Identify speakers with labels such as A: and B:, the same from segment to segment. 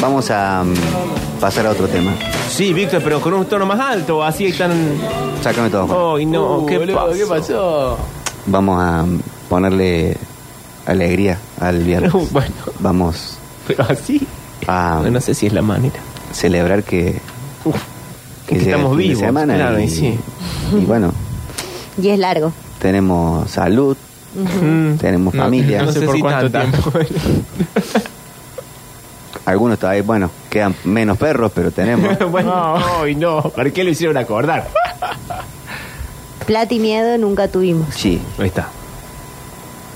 A: vamos a mm, pasar a otro tema.
B: Sí, Víctor, pero con un tono más alto, así ahí tan.
A: Sácame todo. Juan.
B: ¡Ay, no!
C: Uh,
B: ¿Qué
C: boludo,
B: pasó?
C: ¿Qué pasó?
A: Vamos a mm, ponerle alegría al viernes.
B: No, bueno.
A: Vamos
B: Pero así.
A: a um,
B: Ah, No sé si es la manera.
A: celebrar que, llega
B: que
A: el
B: estamos
A: fin de
B: vivos,
A: semana
B: claro, y sí.
A: y bueno,
D: Y es largo.
A: tenemos salud,
B: Mm.
A: tenemos
E: No,
A: familia.
E: no sé por cuánto
A: Algunos todavía, bueno, quedan menos perros, pero tenemos.
B: bueno, ay, no. ¿Por qué lo hicieron acordar?
D: Plata y miedo nunca tuvimos.
A: Sí.
B: Ahí está.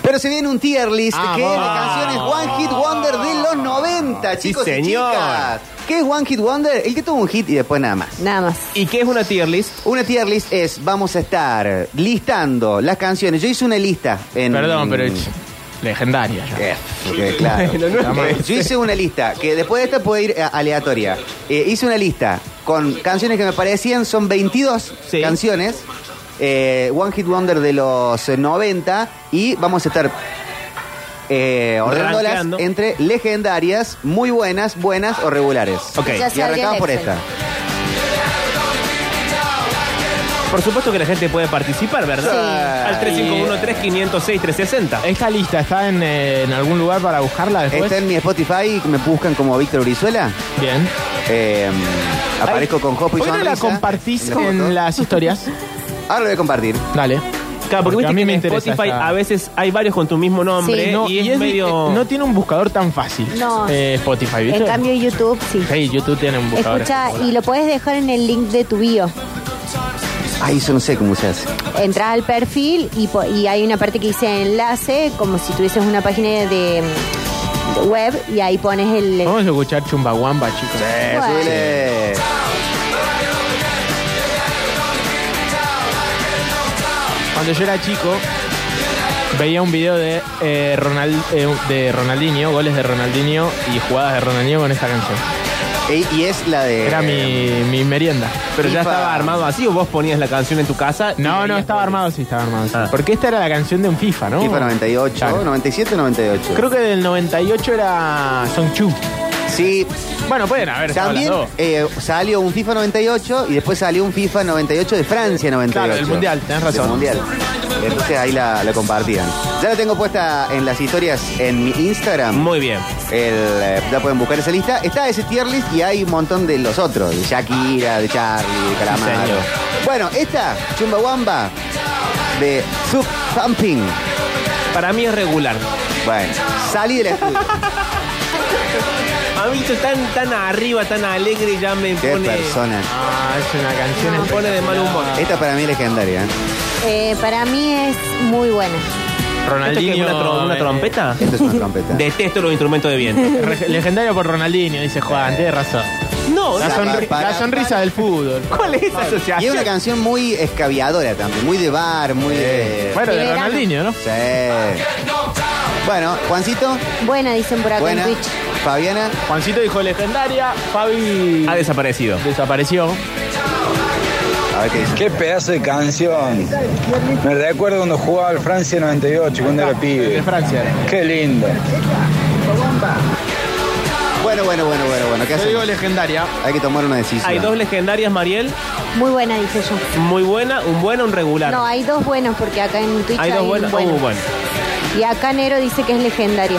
A: Pero se viene un tier list que es de canciones One Hit Wonder de los 90,
B: Sí,
A: chicos y
B: señor.
A: chicas. ¿Qué es One Hit Wonder? El que tuvo un hit y después nada más.
D: Nada más.
B: ¿Y qué es una tier list?
A: Una tier list es, vamos a estar listando las canciones. Yo hice una lista en...
E: Perdón, pero es legendaria. ya.
A: Eh, porque, claro. Yo hice una lista, que después de esta puede ir eh, aleatoria. Eh, hice una lista con canciones que me parecían, son 22
B: Sí.
A: canciones. eh, One Hit Wonder de los eh, 90 y vamos a estar eh, ordenándolas
B: Rankeando.
A: entre legendarias, muy buenas, buenas o regulares.
B: Ok.
D: Ya
A: Y
D: se abrió
A: arrancamos
D: el
A: por
D: Excel.
A: esta.
B: Por supuesto que la gente puede participar, ¿verdad?
A: Sí.
B: Al 351-3506-360.
E: Esta lista está en, eh, en algún lugar para buscarla después.
A: Está en mi Spotify, me buscan como Víctor Urizuela.
E: Bien.
A: Eh, aparezco con Jopo y
E: ¿Por qué no la
A: sonrisa
E: compartís
A: la foto.
E: en las historias?
A: Ahora lo voy a compartir.
E: Dale.
B: Claro, porque,
E: Porque a
B: viste
E: mí
B: que
E: me
B: en
E: interesa
B: Spotify
E: esta-
B: a veces hay varios con tu mismo nombre
D: Sí,
E: No,
B: Eh, y, es, eh,
E: di- eh,
B: medio...
E: no tiene un buscador tan fácil.
D: No.
E: Eh, Spotify, ¿viste?
D: En cambio, YouTube sí.
E: Sí, YouTube tiene un buscador.
D: Escucha, y lo puedes dejar en el link de tu bio.
A: Ay, eso no sé cómo se hace.
D: Entras al perfil y, po- y hay una parte que dice enlace, como si tuvieses una página de, de web y ahí pones el.
E: Vamos a escuchar Chumbawamba, chicos.
A: Eh,
D: Bueno.
A: súbele.
E: Cuando yo era chico, veía un video de, eh, Ronald- eh, de Ronaldinho, goles de Ronaldinho y jugadas de Ronaldinho con esta canción.
A: E- Y es la de.
E: Era mi, mi merienda.
B: Pero ya
A: FIFA.
B: estaba armado así o vos ponías la canción en tu casa. y
E: No, no,
B: veías
E: estaba
B: por-
E: armado, sí, estaba armado. sí.
B: Ah.
E: Porque esta era la canción de un FIFA, ¿no?
A: FIFA 98,
E: Oh. Claro.
A: 97, 98.
E: Creo que del 98 era Song Chu.
A: Sí,
E: Bueno, pueden haber estado las
A: también
E: dos.
A: eh, salió un FIFA 98 y después salió un FIFA 98 de Francia 98.
E: Claro, del Mundial, tenés razón.
A: Del mundial. Entonces ahí la, la compartían. Ya la tengo puesta en las historias en mi Instagram.
B: Muy bien.
A: El, eh, ya pueden buscar esa lista. Está ese tier list y hay un montón de los otros. De Shakira, de Charlie, de Calamaro.
B: señor.
A: bueno, esta, Chumbawamba, de Sub Thumping.
B: Para mí es regular.
A: Bueno, salí del estudio.
B: A mí esto tan, tan arriba, tan alegre, ya me
A: Qué
B: pone...
A: persona.
E: Ah, es una canción
B: Me pone de mal humor.
E: Ah.
A: Esta para mí es legendaria. ¿eh?
D: Eh, para mí es muy buena.
B: ¿Esto qué
E: Ronaldinho.
B: es una, tro- una
E: eh,
B: trompeta?
A: Esto es una trompeta.
B: Detesto los instrumentos de viento.
E: re- Legendario por Ronaldinho, dice Juan, tienes razón.
B: No,
E: La,
A: Para,
E: sonri-
A: para,
E: la sonrisa del fútbol.
B: ¿cuál es esa
A: Y es
B: asociación?
A: una canción muy escaviadora también, muy de bar, muy de.
E: Bueno,
D: De
E: de
D: verano.
E: Ronaldinho, ¿no?
A: Sí. Bueno, Juancito,
D: Buena, dicen por acá
A: buena.
D: en Twitch.
A: Fabiana,
E: Juancito dijo legendaria, Fabi
B: Ha desaparecido.
E: desapareció.
A: a ver qué dice.
F: Qué pedazo de canción. Me recuerdo cuando jugaba al Francia 98, cuando era
E: De
F: pibe.
E: Francia.
F: Qué lindo.
A: Bueno, bueno, bueno, bueno, bueno. ¿Qué
E: Yo digo
A: hacemos?
E: legendaria.
A: Hay que tomar una decisión.
B: Hay dos legendarias, Mariel.
D: Muy buena, dije yo.
B: Muy buena, un bueno, un regular.
D: No, hay dos buenas porque acá en Twitch
B: hay dos buenas.
D: un bueno.
B: Uh, bueno.
D: Y acá Nero dice que es legendaria.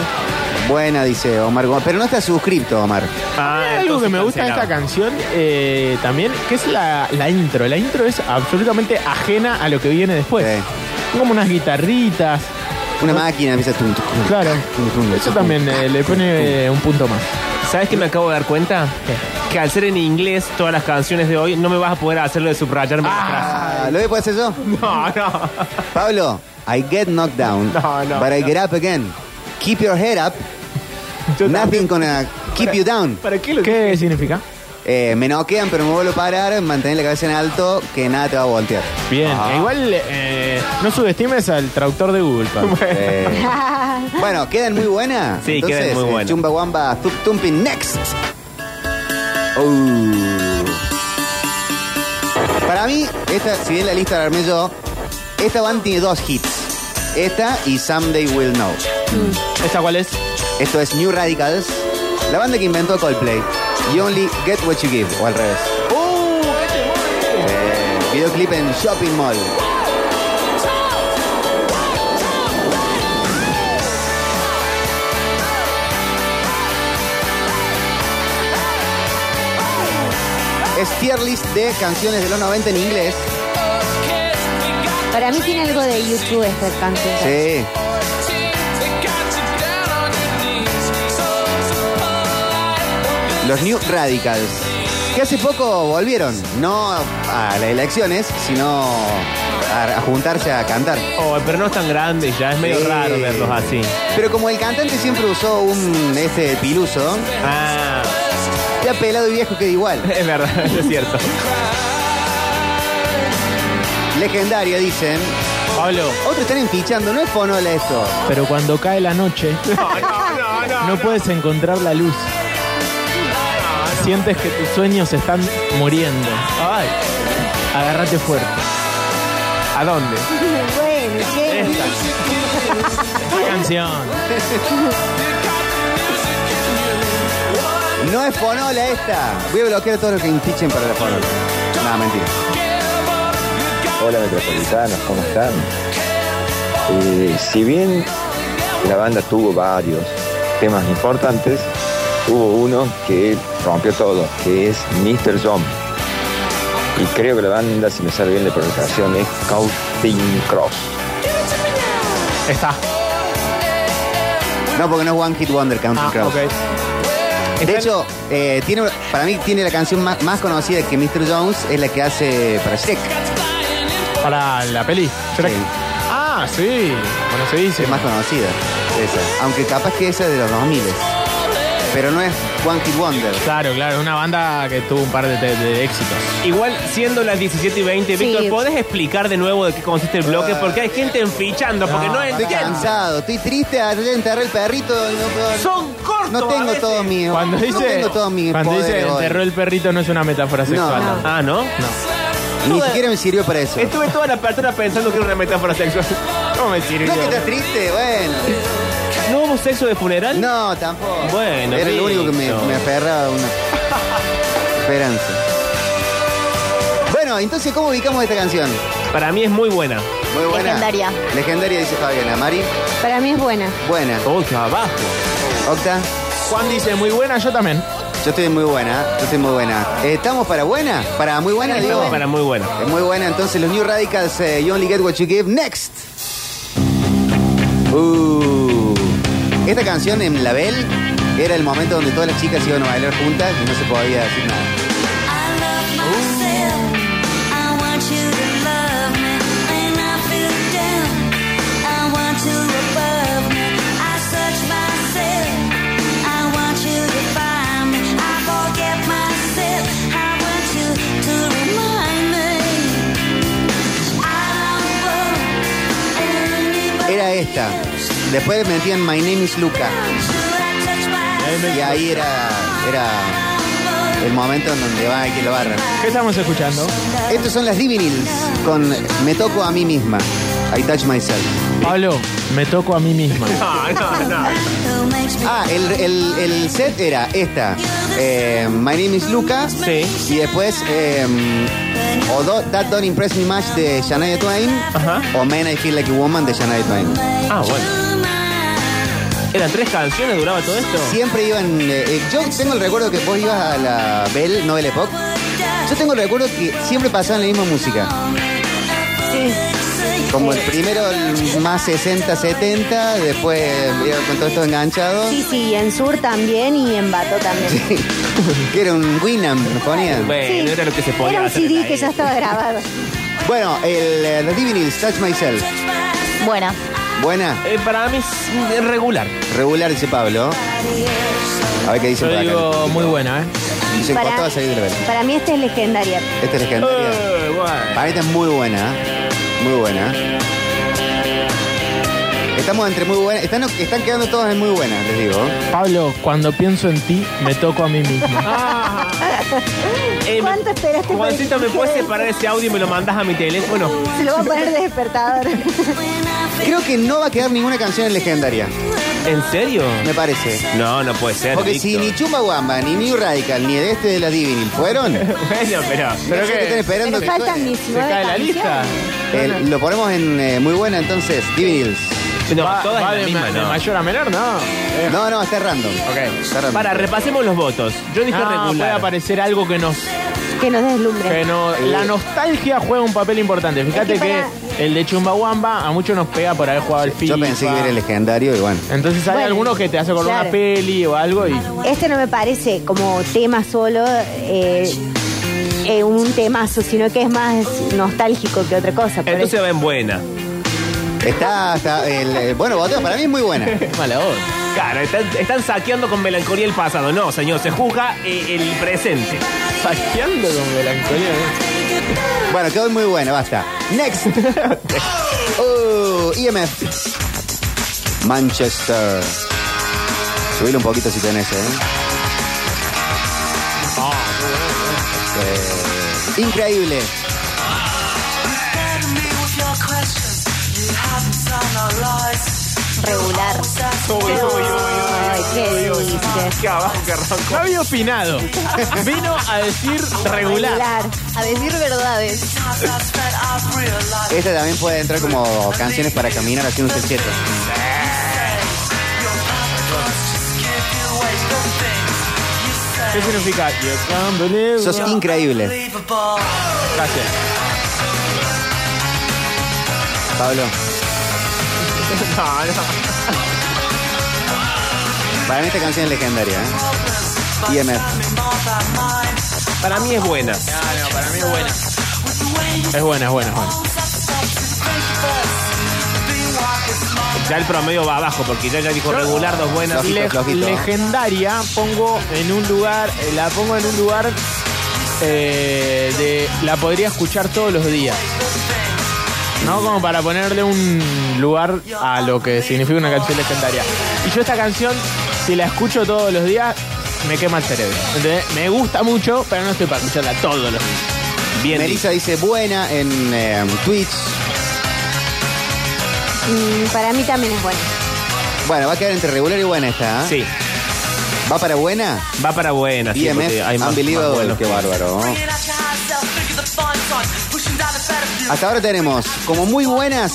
A: Buena, dice Omar Gómez. Pero no está suscripto, Omar.
B: Ah,
E: Hay algo que
B: entonces
E: me gusta de esta
B: cancelado.
E: canción eh, también, que es la, la intro. La intro es absolutamente ajena a lo que viene después. Son Como unas guitarritas.
A: Una máquina empieza tum, tum, tum,
E: Claro.
A: tum, tum,
E: Eso
A: tum,
E: también
A: tum.
E: eh, le pone eh, un punto más.
B: ¿Sabes que me acabo de dar cuenta?
E: ¿Qué?
B: Que al ser en inglés todas las canciones de hoy, no me vas a poder hacerlo de subrayarme la frase.
A: Ah, ¿Lo voy a poder hacer yo?
B: No, no.
A: Pablo, I get knocked down,
B: No, no,
A: but I
B: no.
A: get up again. Keep your head up. Nothing gonna keep you down.
B: ¿Para qué lo
E: ¿Qué significa?
A: Eh, me noquean, pero me vuelvo a parar, mantener la cabeza en alto, que nada te va a voltear.
E: Bien. Eh, Igual eh, no subestimes al traductor de Google. Pablo.
A: Eh, bueno, quedan muy buenas.
B: Sí, quedan muy buenas.
A: Chumba Wamba, Tumping Next. Uh. Para mí, esta, si bien la lista la armé yo, esta banda tiene dos hits. Esta y Someday We'll Know.
E: ¿Esta cuál es?
A: Esto es New Radicals La banda que inventó Coldplay. You only get what you give, o al revés. Eh, videoclip en Shopping Mall. Es tier list de canciones de los 90 en inglés.
D: Para mí tiene algo de YouTube este esta canción.
A: Sí. Los New Radicals. Que hace poco volvieron, no a las elecciones, sino a, a juntarse a cantar.
B: Oh, pero no es tan grande ya, es medio
A: Sí.
B: raro verlos así.
A: Pero como el cantante siempre usó un este piluso,
B: Ah,
A: ya pelado y viejo queda igual.
B: es verdad, es cierto.
A: Legendario, dicen.
E: Pablo,
A: Otros están empichando, no es fonola esto.
E: pero cuando cae la noche,
B: No, no, no,
E: no puedes encontrar la luz. Sientes que tus sueños están muriendo.
B: Ay,
E: Agárrate fuerte.
B: ¿a dónde?
D: Bueno, qué
B: Esta.
E: Canción.
A: No es fonola esta. Voy a bloquear a todos los que empichen para la fonola. No, mentira.
C: Hola metropolitanos, ¿cómo están? Eh, si bien la banda tuvo varios temas importantes, hubo uno que rompió todo, que es Mr. Zombie. Y creo que la banda, si me sale bien la pronunciación, es Counting Cross.
E: Está.
A: No, porque no es One Hit Wonder Counting
E: Ah,
A: Cross.
E: ok.
A: De hecho, eh, tiene, para mí tiene la canción más, más conocida que Mr. Jones, es la que hace para Shrek.
E: Para la peli. Shrek.
A: Sí.
E: Ah, sí. Bueno, se dice.
A: Es más conocida. Esa. Aunque capaz que esa es de los 2000. Pero no es One Hit Wonder.
E: Claro, claro. Una banda que tuvo un par de, de- de éxitos.
B: Igual siendo las 17 y 20,
D: Sí.
B: Víctor, ¿podés explicar de nuevo de qué consiste el bloque? Porque hay gente empichando, porque Eh. no
A: Estoy
B: entiende.
A: cansado, estoy triste, ayer enterré el perrito. y no puedo-
B: Son cortos.
A: No tengo
B: a veces.
A: todo mi.
E: Cuando
A: no
E: dice,
A: tengo todo mi
E: cuando
A: poder
E: dice
A: hoy.
E: enterró el perrito no es una metáfora sexual.
A: No.
B: Ah, ¿no?
A: Ni siquiera me sirvió para eso.
B: Estuve toda la apertura pensando que era una metáfora sexual. ¿Cómo me sirvió?
A: ¿No que estás triste? Bueno.
B: ¿No hubo sexo de funeral?
A: No, tampoco.
B: Bueno,
A: Era el único que me,
B: listo.
A: me aferraba a una esperanza. Bueno, entonces, ¿cómo ubicamos esta canción?
B: Para mí es muy buena.
A: Muy buena.
D: Legendaria.
A: Legendaria, dice Fabiana. Mari,
D: Para mí es buena.
A: buena.
B: Oh, qué abajo.
A: Octa,
E: Juan dice, muy buena, yo también.
A: yo estoy muy buena. Yo estoy muy buena. Eh, ¿Estamos para buena? ¿Para muy buena? digo?
B: Para muy buena.
A: Es muy buena, entonces los New Radicals, eh, You Only Get What You Give, next. Uh. Esta canción en La Belle era el momento donde todas las chicas iban a bailar juntas y no se podía decir nada. Era esta. Después metían My Name is Luca. Y ahí era, era el momento en donde va que lo barran.
E: ¿Qué estamos escuchando?
A: Estos son las Divinils con Me toco a mí misma. I touch myself.
E: Pablo, me toco a mí misma.
B: No, no, no.
A: Ah, el, el- el set era esta. Eh, My name is Luca.
B: Sí.
A: Y después, eh, o Do- That Don't Impress Me Much de Shania Twain.
B: Ajá.
A: O Man I Feel Like a Woman de Shania Twain.
B: Ah, bueno. ¿Eran tres canciones? ¿Duraba todo esto?
A: Siempre iban. eh, eh, yo tengo el recuerdo que vos ibas a la Belle, no Belle Epoque. Yo tengo el recuerdo que siempre pasaban la misma música. Como el primero, el más 60, 70. Después, eh, con todo esto enganchado.
D: Sí, sí, y en Sur también y en Bato también.
A: que era un Winamp, nos ponían.
B: Bueno,
D: Sí.
B: Eh, era lo que se podía
D: Era un
B: hacer
D: CD
B: ahí.
D: que ya estaba grabado.
A: Bueno, el, eh, los Divinils, Touch Myself.
G: Buena.
A: Buena,
B: Eh, para mí es mm, regular.
A: regular, dice Pablo. A ver qué dicen
E: Yo
A: por acá.
E: digo, muy buena, ¿eh?
A: Dicen
D: Para-
A: "Costó a salir de la vela".
D: Para mí esta es legendaria.
A: Esta es legendaria.
E: Ah.
B: Eh, bueno.
A: Para mí esta es muy buena. ¿eh? Muy buena. Estamos entre muy buenas. Están, están quedando todas en muy buenas, les digo.
E: Pablo, cuando pienso en ti, me toco a mí mismo.
B: Eh, me-
D: ¿Cuánto esperaste para
B: Juancito,
D: que
B: ¿me puedes
D: quede?
B: separar ese audio y me lo mandas a mi teléfono?
D: Se lo va a poner de despertador.
A: Creo que no va a quedar ninguna canción en legendaria.
B: ¿En serio?
A: me parece.
B: No, no puede ser.
A: Porque
B: Víctor.
A: si ni Chumba Wamba, ni New Radical, ni el este de la Divinil fueron,
B: Bueno, pero.
A: pero que están esperando
D: Pero
A: que
D: faltan
A: suene.
D: 19
E: cae la
D: canciones.
E: lista.
A: El- lo ponemos en eh, muy buena entonces, Divinils.
B: No,
E: Va-
B: todas
E: va
B: en
E: de
B: la misma,
E: ma- de
B: no.
E: mayor a menor, no.
A: No, no, está random. Está random.
B: Para, repasemos los votos. Yo dije
E: Ah, puede
B: regular.
E: aparecer algo que nos...
D: Que nos
E: que
D: deslumbre.
E: no-
A: eh,
E: la nostalgia juega un papel importante. Fíjate
D: Es que
E: que, el de Chumbawamba a muchos nos pega por haber jugado al FIFA.
A: Yo pensé que era el legendario y bueno.
E: Entonces hay
D: Bueno,
E: algunos que te hace acordar
D: claro.
E: una peli o algo y...
D: Este no me parece como tema solo, eh, eh, un temazo, sino que es más nostálgico que otra cosa. por
B: Entonces va en buena.
A: Está, está, el, eh, bueno, voteo, para mí es muy buena.
E: Mala voz.
B: Claro, están, están saqueando con melancolía el pasado. No, señor, se juzga eh, el presente.
E: Saqueando con melancolía. ¿eh?
A: Bueno, quedó muy buena, basta. Next. Uh, IMF. Manchester. Subilo un poquito si tenés, ¿eh? Eh, Increíble.
D: regular. Ay, qué dices.
B: Qué abajo, qué arranco.
E: No había opinado. Vino a decir regular.
D: A decir verdades.
A: Esta también puede entrar como canciones para caminar haciendo un set
E: ¿Qué significa? You can't believe-
A: Sos increíble,
E: Gracias.
A: Pablo.
B: No, no.
A: Para mí esta canción es legendaria, ¿eh? IMF.
B: Para mí es buena.
E: Es buena, es buena, es buena.
B: Ya el promedio va abajo porque ya, ya dijo regular, dos buenas.
A: Flojito,
E: Le-
A: flojito.
E: Legendaria, pongo en un lugar, eh, la pongo en un lugar eh, de la podría escuchar todos los días. No como para ponerle un lugar a lo que significa una canción legendaria. Y yo esta canción, si la escucho todos los días, me quema el cerebro. ¿entendés? Me gusta mucho, pero no estoy para escucharla todos los días.
B: Bien.
A: Melissa dice buena en eh, Twitch.
D: Mm, para mí también es bueno.
A: Bueno, va a quedar entre regular y buena esta, ¿eh?
B: Sí,
A: ¿Va para buena?
B: va para buena. sí,
A: IMF,
B: porque hay más-
A: Unbelievable,
B: más buenos.
A: qué bárbaro. Hasta ahora tenemos como muy buenas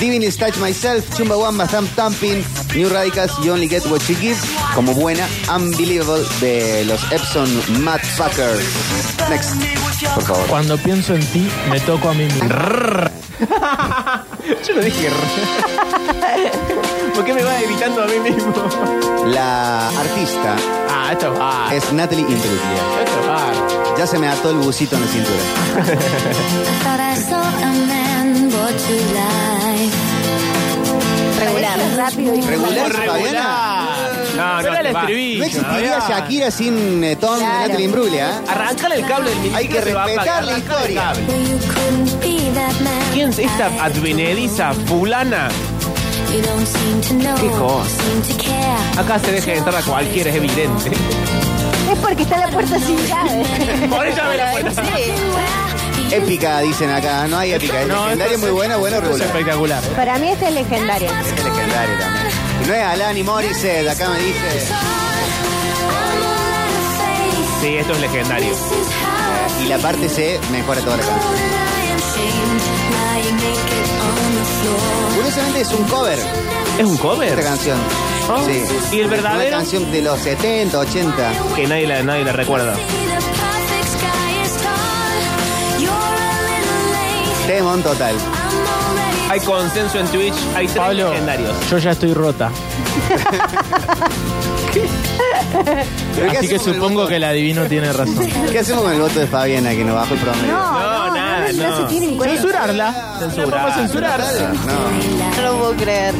A: Divinity Touch Myself, Chumbawamba, Thumb Thumping, New Radicals, You Only Get What You Give. Como buena Unbelievable de los Epson Mad Fuckers. Next, por favor.
E: Cuando pienso en ti, me toco a mí mismo.
B: Yo lo dije. ¿Por qué me va evitando a mí mismo?
A: La artista
E: Ah, esto es bar.
A: es Natalie Imbruglia.
E: Ah, Esto es bar.
A: Ya se me ató el bucito en la cintura.
G: Thought I saw a man brought to life.
D: Regular. Rápido y
A: Regular, Fabiana.
E: Regular.
B: No, no,
E: Pero
B: te
E: el
B: va.
A: No
E: estribillo.
A: existiría
E: Fabiana.
A: Shakira sin eh, Tom
D: Claro.
A: de Natalie Imbruglia. ¿eh?
B: Arrancale el cable del ministro.
A: Hay que
B: se va a
A: respetar
B: apagar.
A: la
B: Arrancale el
A: historia.
B: cable.
G: Well, you couldn't be that man.
B: ¿Quién es esta advenediza fulana?
G: You don't seem to know.
B: Qué cosa.
G: seem to care.
B: Acá se deja de entrar a cualquiera, es evidente.
D: Es porque está la puerta sin llave.
B: Por ella me la
D: Sí.
B: puerta.
A: Épica, dicen acá. No hay épica. Es
E: No,
A: legendaria,
E: esto
A: muy buena, bueno,
E: Esto es
A: regular.
E: espectacular.
D: Para mí esta es legendaria.
A: Es legendario también. Y No es Alani Morissette, acá me dice.
B: Sí, esto es legendario.
A: Y la parte C mejora toda la canción. Curiosamente es un cover
B: ¿Es un
A: esta
B: cover?
A: canción.
E: Oh,
B: Ah,
A: Sí.
B: ¿y el
A: Una
B: verdadero?
A: canción de los 70, 80.
B: Que nadie la, nadie la recuerda.
A: Demon total.
B: Hay consenso en Twitch, hay tres
E: Pablo,
B: legendarios.
E: yo ya estoy rota.
A: Pero ¿qué
E: Así que
A: hacemos con el
E: supongo
A: voto?
E: que el adivino tiene razón.
A: ¿Qué hacemos con el voto de Fabiana que nos bajó el promedio?
D: No, no, no,
B: nada,
D: no,
B: no.
D: se tiene en cuenta.
E: Censurarla.
B: Censurar.
E: Vamos a censurar.
A: Total, no.
D: No lo puedo creer.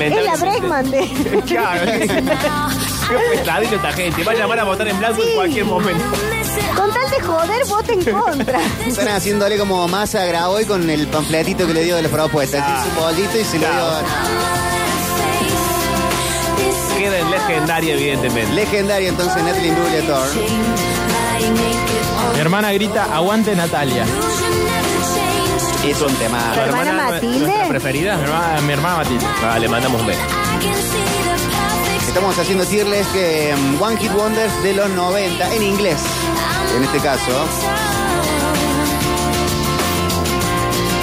D: Es la Bregman de...
B: Claro. Qué pesadito esta gente. Va a llamar a votar en blanco en cualquier momento.
D: Con tal de joder, vota en contra.
A: Están haciéndole como masa grabó y con el panfletito que le dio de las propuestas.
E: Ah.
A: Hizo un bolito y se lo dio.
B: Queda en legendario, evidentemente.
A: Legendario entonces Natalie Imbruglia Thor.
E: Mi hermana grita, aguante Natalia.
A: Es un tema.
D: hermana
B: ¿Tu
D: Matilde?
B: nuestra
E: Mi
B: preferida?
E: hermana, mi hermana Matilde.
B: Ah, le mandamos un beso.
A: Estamos haciendo tier list que mm, One Hit Wonders de los 90 en inglés. En este caso,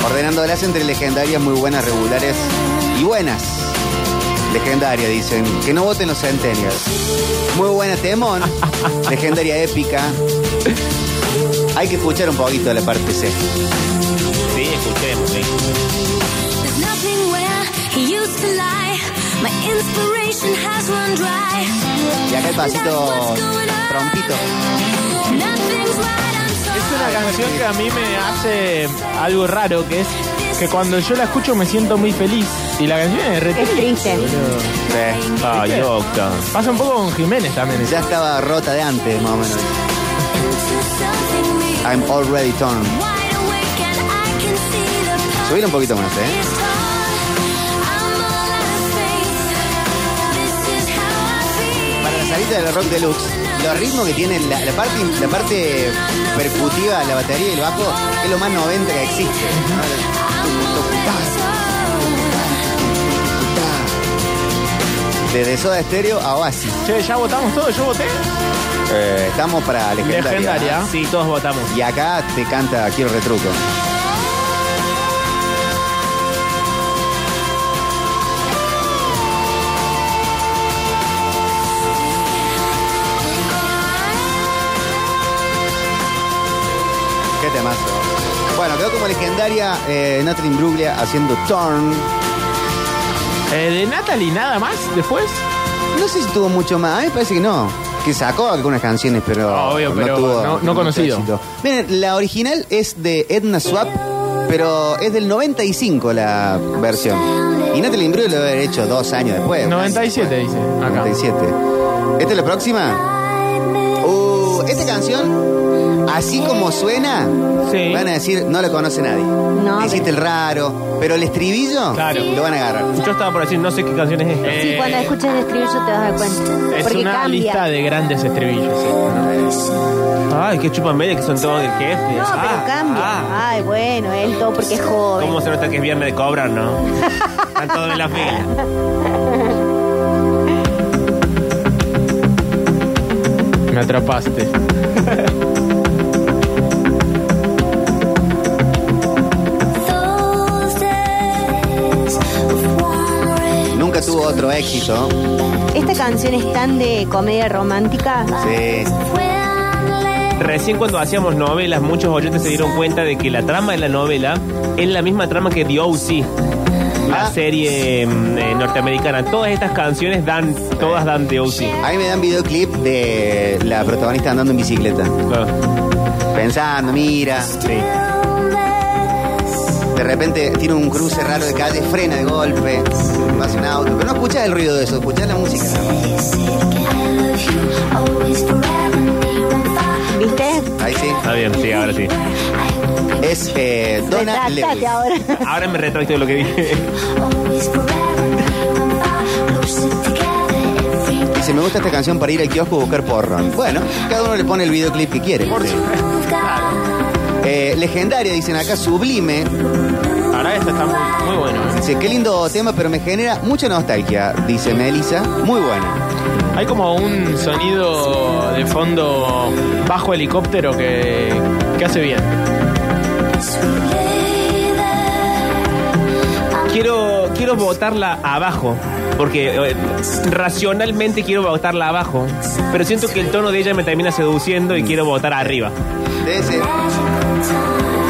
A: ordenándolas entre legendarias muy buenas, regulares y buenas. Legendaria, dicen. Que no voten los Centennials. Muy buena temón. Legendaria épica. Hay que escuchar un poquito de la parte C.
B: Sí, escuchemos, sí.
G: There's nothing where he used to lie. My inspiration has run dry.
A: Y acá el pasito trompito.
G: Nothing's right, I'm
E: Es
G: sorry.
E: una canción que a mí me hace algo raro, que es que cuando yo la escucho me siento muy feliz. Y la canción es re
D: Es triste.
E: boludo.
A: Sí.
B: Ay,
E: ¿Viste?
B: Octa.
E: Pasa un poco con Jiménez también.
A: Ya estaba rota de antes, más o menos.
G: Into something new.
A: I'm already torn.
G: Wide awake and I can see the path
A: Subir un poquito más, ¿eh?
G: is torn. I'm all out of faith. This is how I feel.
A: Para la salida del rock deluxe, los ritmos que tiene la, la parte, la parte percutiva, la batería y el bajo, es lo más 90 que existe. ¿no? Desde Soda Stereo a Oasis.
E: Che, ya votamos todo, yo voté.
A: Eh, estamos para legendaria.
E: Legendaria.
B: Sí, todos votamos.
A: Y acá te canta Quiero Retruco. Qué temazo. Bueno, quedó como legendaria eh, Natalie Imbruglia haciendo Turn.
E: Eh, de Natalie nada más después.
A: No sé si tuvo mucho más. A mí me parece que no. Que sacó algunas canciones, pero.
E: Ah, Obvio,
A: no
E: pero
A: tuvo
E: no- no
A: mucho
E: conocido.
A: éxito. Miren, la original es de Edna Swap, pero es del 95 la versión. Y Natalie Imbruglia lo debe haber hecho dos años después.
E: 97 dice. Acá.
A: 97. ¿Esta es la próxima? Uh, esta canción, así como suena,
E: Sí.
A: van a decir, no la conoce nadie.
D: No,
A: Le Hiciste el raro, pero el estribillo
E: Claro.
A: lo van a agarrar.
B: Yo estaba por decir, no sé qué canción es esta.
D: Sí, cuando escuches el estribillo te vas a dar cuenta.
E: Es
D: Porque
E: una
D: cambia.
E: lista de grandes estribillos. sí.
B: Ay, qué chupan media que son todos del jefe.
D: No, pero cambia. Ay, bueno, él todo porque es joven.
B: ah. ¿Cómo se nota que es viernes de cobrar, no? Están todos en la fila.
E: Me atrapaste.
G: Those days of wandering.
A: Nunca tuvo otro éxito.
D: Esta canción es tan de comedia romántica.
A: Sí.
B: Recién cuando hacíamos novelas, muchos oyentes se dieron cuenta de que la trama de la novela es la misma trama que The O.C., la
A: Ah.
B: serie mm, eh, norteamericana. Todas estas canciones dan, todas dan The O.C.
A: A mí me dan videoclip de la protagonista andando en bicicleta.
B: Ah,
A: Pensando, mira.
B: sí.
A: De repente tiene un cruce raro de calle, frena de golpe. Pasa un auto. Pero no escuchás el ruido de eso, escuchás la música.
D: ¿Viste?
A: Ahí sí.
B: Está bien, sí, ahora sí.
A: Es eh, Donna
D: Retráctate
A: Lewis.
D: ahora.
B: Ahora me retracto de lo que dije.
A: Dice, me gusta esta canción para ir al kiosco a buscar porro. Bueno, cada uno le pone el videoclip que quiere. Eh, legendaria, dicen acá, sublime.
E: Ahora esta está muy, muy bueno. ¿eh?
A: Dice, qué lindo tema, pero me genera mucha nostalgia, dice Melissa. Muy buena.
E: Hay como un sonido de fondo bajo helicóptero que, que hace bien.
B: Quiero, quiero votarla abajo. Porque eh, racionalmente quiero votarla abajo. Pero siento que el tono de ella me termina seduciendo y quiero votar arriba.
A: Debe ser.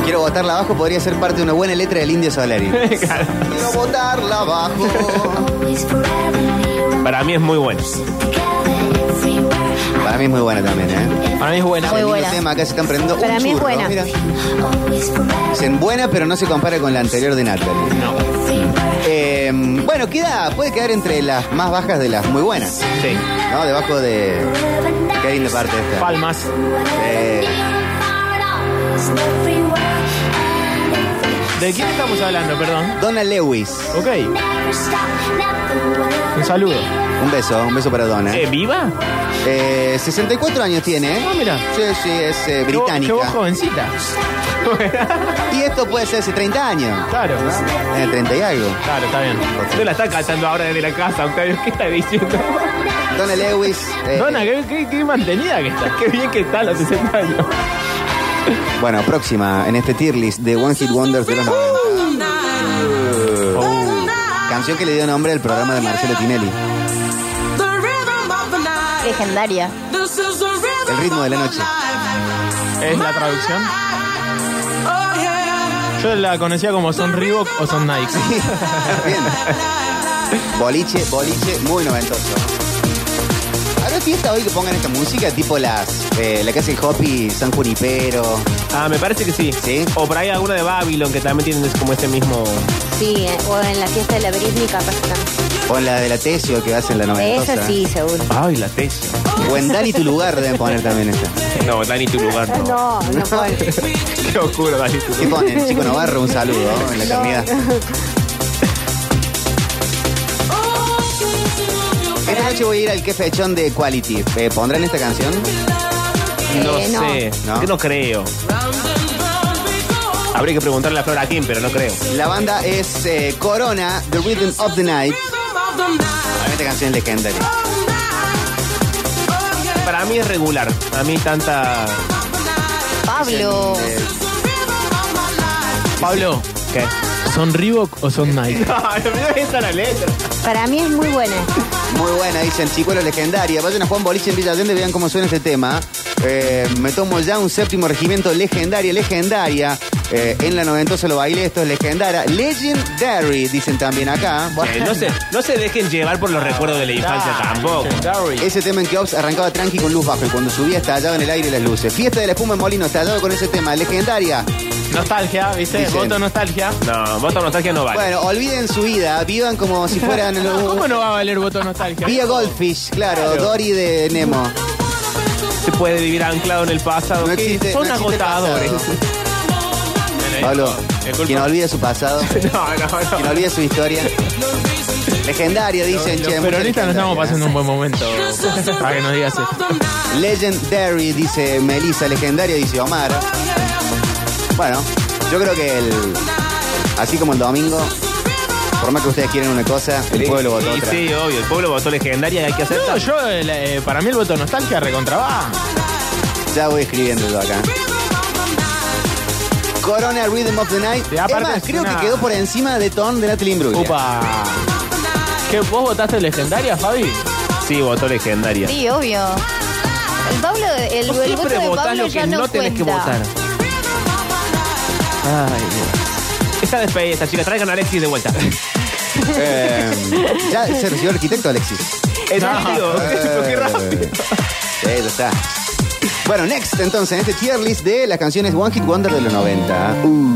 A: Quiero botarla abajo, podría ser parte de una buena letra del Indio Solari. Quiero botarla abajo.
B: Para mí es muy bueno.
A: Para mí es muy buena también, ¿eh?
E: Para mí es buena.
D: Muy
A: Lindo
D: buena.
A: tema, acá se están prendiendo un
D: Para mí es
A: churro,
D: buena.
A: mira. Dicen buena, pero no se compara con la anterior de Natalie. Eh, bueno, queda, puede quedar entre las más bajas de las muy buenas.
E: Sí.
A: ¿No? Debajo de. Qué linda parte esta.
E: Palmas.
A: Eh,
E: ¿De quién estamos hablando, perdón?
A: Donna Lewis.
E: Ok, un saludo.
A: Un beso, un beso para Donna.
B: ¿Eh, ¿Viva?
A: Eh, 64 años tiene, ¿eh?
E: Ah, mira.
A: Sí, sí, es eh,
E: Qué vo- Qué vos
A: británica.
E: jovencita.
A: Y esto puede ser hace 30 años.
E: claro,
A: Eh, 30 y algo.
E: claro, está bien.
B: No la está cantando ahora desde la casa, Octavio. ¿Qué está diciendo?
A: Donna Lewis. eh,
E: Dona, qué, qué- qué mantenida que está.
B: Qué bien que está a los 60 años.
A: Bueno, próxima en este tier list de One Hit Wonders de los 90. Canción que le dio nombre al programa de Marcelo Tinelli.
D: Legendaria.
A: El ritmo de la noche.
E: ¿Es la traducción? Yo la conocía como son Reebok o son Nike.
A: Bien. Boliche, boliche, muy noventoso. ¿Habrá fiesta hoy que pongan esta música? Tipo las, eh, la que hace el Hopi, San Junipero.
B: Ah, me parece que sí.
A: Sí.
B: O por ahí alguna de Babylon que también tiene como este mismo.
D: Sí, eh, o en la fiesta de la Britney capaz que también.
A: O la de la Tesio que hacen la noventosa.
D: Eso sí, seguro.
B: Ay, la tesis.
A: O en Dani tu lugar deben poner también esta.
B: No, Dani, tu lugar no.
D: Ah, No, no puedo.
B: Qué oscuro, Dani, tu
A: ¿Qué ponen? Chico Navarro, un saludo ¿no? en la eternidad. Esta noche voy a ir al que fechón de Quality. Eh, ¿Pondrán esta canción?
B: No
D: Eh, no.
B: sé.
A: No.
B: Yo no creo. Habría que preguntarle a Flora a quién, pero no creo.
A: La banda es eh, Corona, The Rhythm of the Night. Para mí Esta canción es legendaria.
B: Para mí es regular. A mí tanta.
D: Pablo.
A: Eh,
E: Pablo,
B: ¿Qué?
E: ¿son Reebok o son Nike?
B: no esa la letra.
D: Para mí es muy buena.
A: Muy buena, dicen chicuelos legendaria. Vayan a Juan Boliche en Villa Allende, vean cómo suena este tema. Eh, me tomo ya un séptimo regimiento legendaria, legendaria. Eh, en la 90 se lo bailé, esto es legendaria. Legendary, dicen también acá.
B: Eh, no, se, no se dejen llevar por los recuerdos de la infancia tampoco.
A: Ese tema en que Ops arrancaba tranqui con luz baja y cuando subía estallaba en el aire las luces. Fiesta de la espuma en Molino, estallado con ese tema, legendaria.
E: Nostalgia, ¿viste?
A: Dicen.
E: Voto nostalgia.
B: No, voto nostalgia no vale.
A: Bueno, olviden su vida, vivan como si fueran...
E: ¿Cómo no va a valer voto nostalgia?
A: Vía Goldfish, claro, Dory de Nemo.
B: Se puede vivir anclado en el pasado.
A: No
B: ¿Qué?
A: existe,
B: Son
A: no existe
B: agotadores. Eh,
A: pasado. Pablo, quien olvida su pasado,
B: No, no, no.
A: quien olvida su historia. Legendaria, dicen, che.
E: Pero
A: mucha
E: ahorita no estamos pasando
A: legendaria,
E: un buen momento. Para que nos digas esto.
A: ¿eh? Legendary, dice Melissa, legendaria, dice Omar. Bueno, yo creo que el. Así como el domingo, por más que ustedes quieran una cosa, el pueblo votó
B: Y
A: otra.
B: sí, obvio. El pueblo votó legendaria y hay que
E: No,
B: aceptar.
E: yo, eh, la- eh, para mí el voto nostalgia recontraba.
A: Ya voy escribiéndolo acá. Corona Rhythm of the Night.
E: Y aparte
A: Es más,
E: es
A: creo
E: una-
A: que quedó por encima de Ton de Natalie Imbruglia.
E: Upa. ¿Qué, ¿Vos votaste legendaria, Fabi?
B: Sí, votó legendaria.
H: Sí, obvio. El Pablo, el,
B: Vos
H: el voto
B: siempre
H: de
B: votás
H: Pablo
B: lo
H: ya
B: que
H: no,
B: no tenés que
H: cuenta.
B: votar. Ay, Dios. Está despedida esta chica. Traigan a Alexis de vuelta.
A: Eh, ya se recibió arquitecto, Alexis.
B: En serio, qué
A: Eh,
B: rápido.
A: Eso está. Bueno, next entonces, este tier list de las canciones One Hit Wonder de los 90. Uh.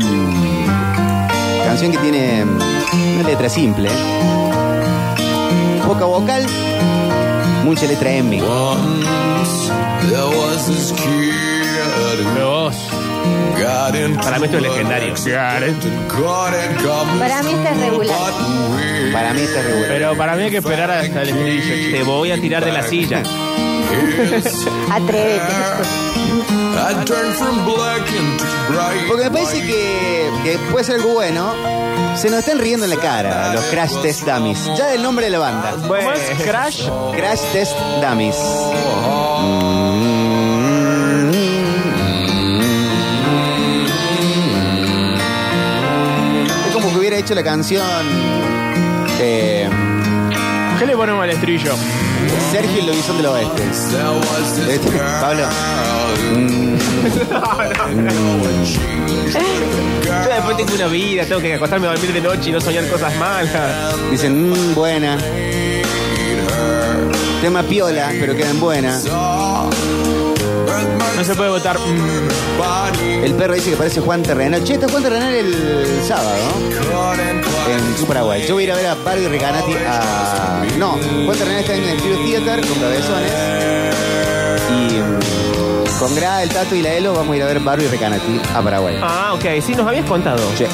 A: Canción que tiene mm, una letra simple. Poca vocal, mucha letra M.
E: Pero vos.
B: Para mí esto es legendario.
D: Para mí esta es regular.
A: Para mí está regular.
E: Pero para mí hay que esperar hasta
A: eh,
E: el estribillo.
B: Te voy a tirar de la silla.
D: Atrévete.
A: Porque me parece que, que puede ser algo bueno. Se nos están riendo en la cara los Crash Test Dummies. Ya del nombre de la banda.
E: ¿Cómo es? ¿Crash?
A: Crash Test Dummies. Es como que hubiera hecho la canción eh,
E: ¿Qué le ponemos al estribillo?
A: Sergio y Lobizón del Oeste. Este, Pablo. Mm.
B: Yo después tengo una vida, tengo que acostarme a dormir de noche y no soñar cosas malas.
A: Dicen, mmm, buena. Tema piola, pero quedan buenas.
E: No se puede votar. mm,
A: El perro dice que parece Juan Terrenal. Che, está Juan Terrenal el sábado, En su Paraguay. Yo voy a ir a ver a Pardo y Recanati a... No, Juan Terrenal está en el Studio Theater con cabezones. Y mm, con Gra, el Tato y la Elo vamos a ir a ver Barrio y Recanati a Paraguay.
B: Ah, ok. Sí, nos habías contado.
A: Che.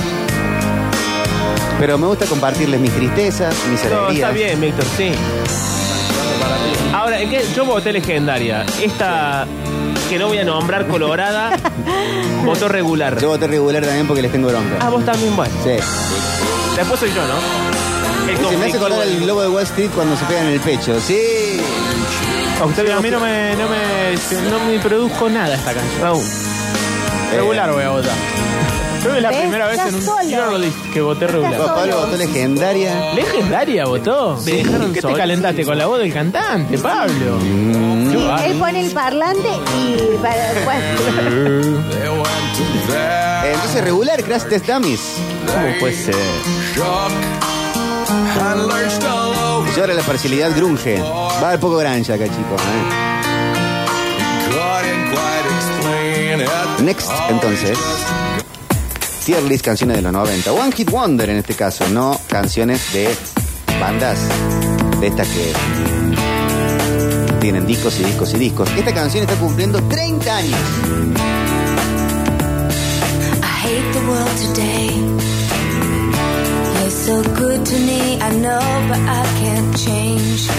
A: Pero me gusta compartirles mis tristezas, mis
B: No,
A: alegrías.
B: está bien, Víctor, sí. Ahora, ¿en qué? yo voté legendaria. Esta que no voy a nombrar, colorada, votó regular.
A: Yo voté regular también porque les tengo bronca.
B: Ah, vos también, bueno.
A: Sí.
B: Después soy yo, ¿no?
A: Se me
B: El
A: hace
B: conflictivo.
A: acordar el globo de Wall Street cuando se pega en el pecho. Sí. Eh,
E: Octavio, a mí no me, no me, no me produjo nada esta canción.
B: Raúl.
E: Regular voy a votar. Creo que es la
D: ¿Ves?
E: primera vez
D: Estás
E: en un
D: solo.
E: Yearly que voté regular.
D: solo.
A: Juan Pablo votó legendaria.
E: Legendaria votó.
B: Me dejaron
E: ¿Qué te
B: solo.
E: calentaste con la voz del cantante, Pablo?
D: Sí, él pone el parlante y para bueno,
A: Eh, Entonces regular, Crash Test Dummies.
B: ¿Cómo puede ser?
A: Y ahora la parcialidad grunge. Va al poco granja acá, chicos. ¿eh? Next, entonces. Tier list canciones de los 90. One Hit Wonder en este caso, no canciones de bandas de estas que tienen discos y discos y discos. Esta canción está cumpliendo 30 años.
G: I hate the world today. You're so good to me, I know, but I can't change.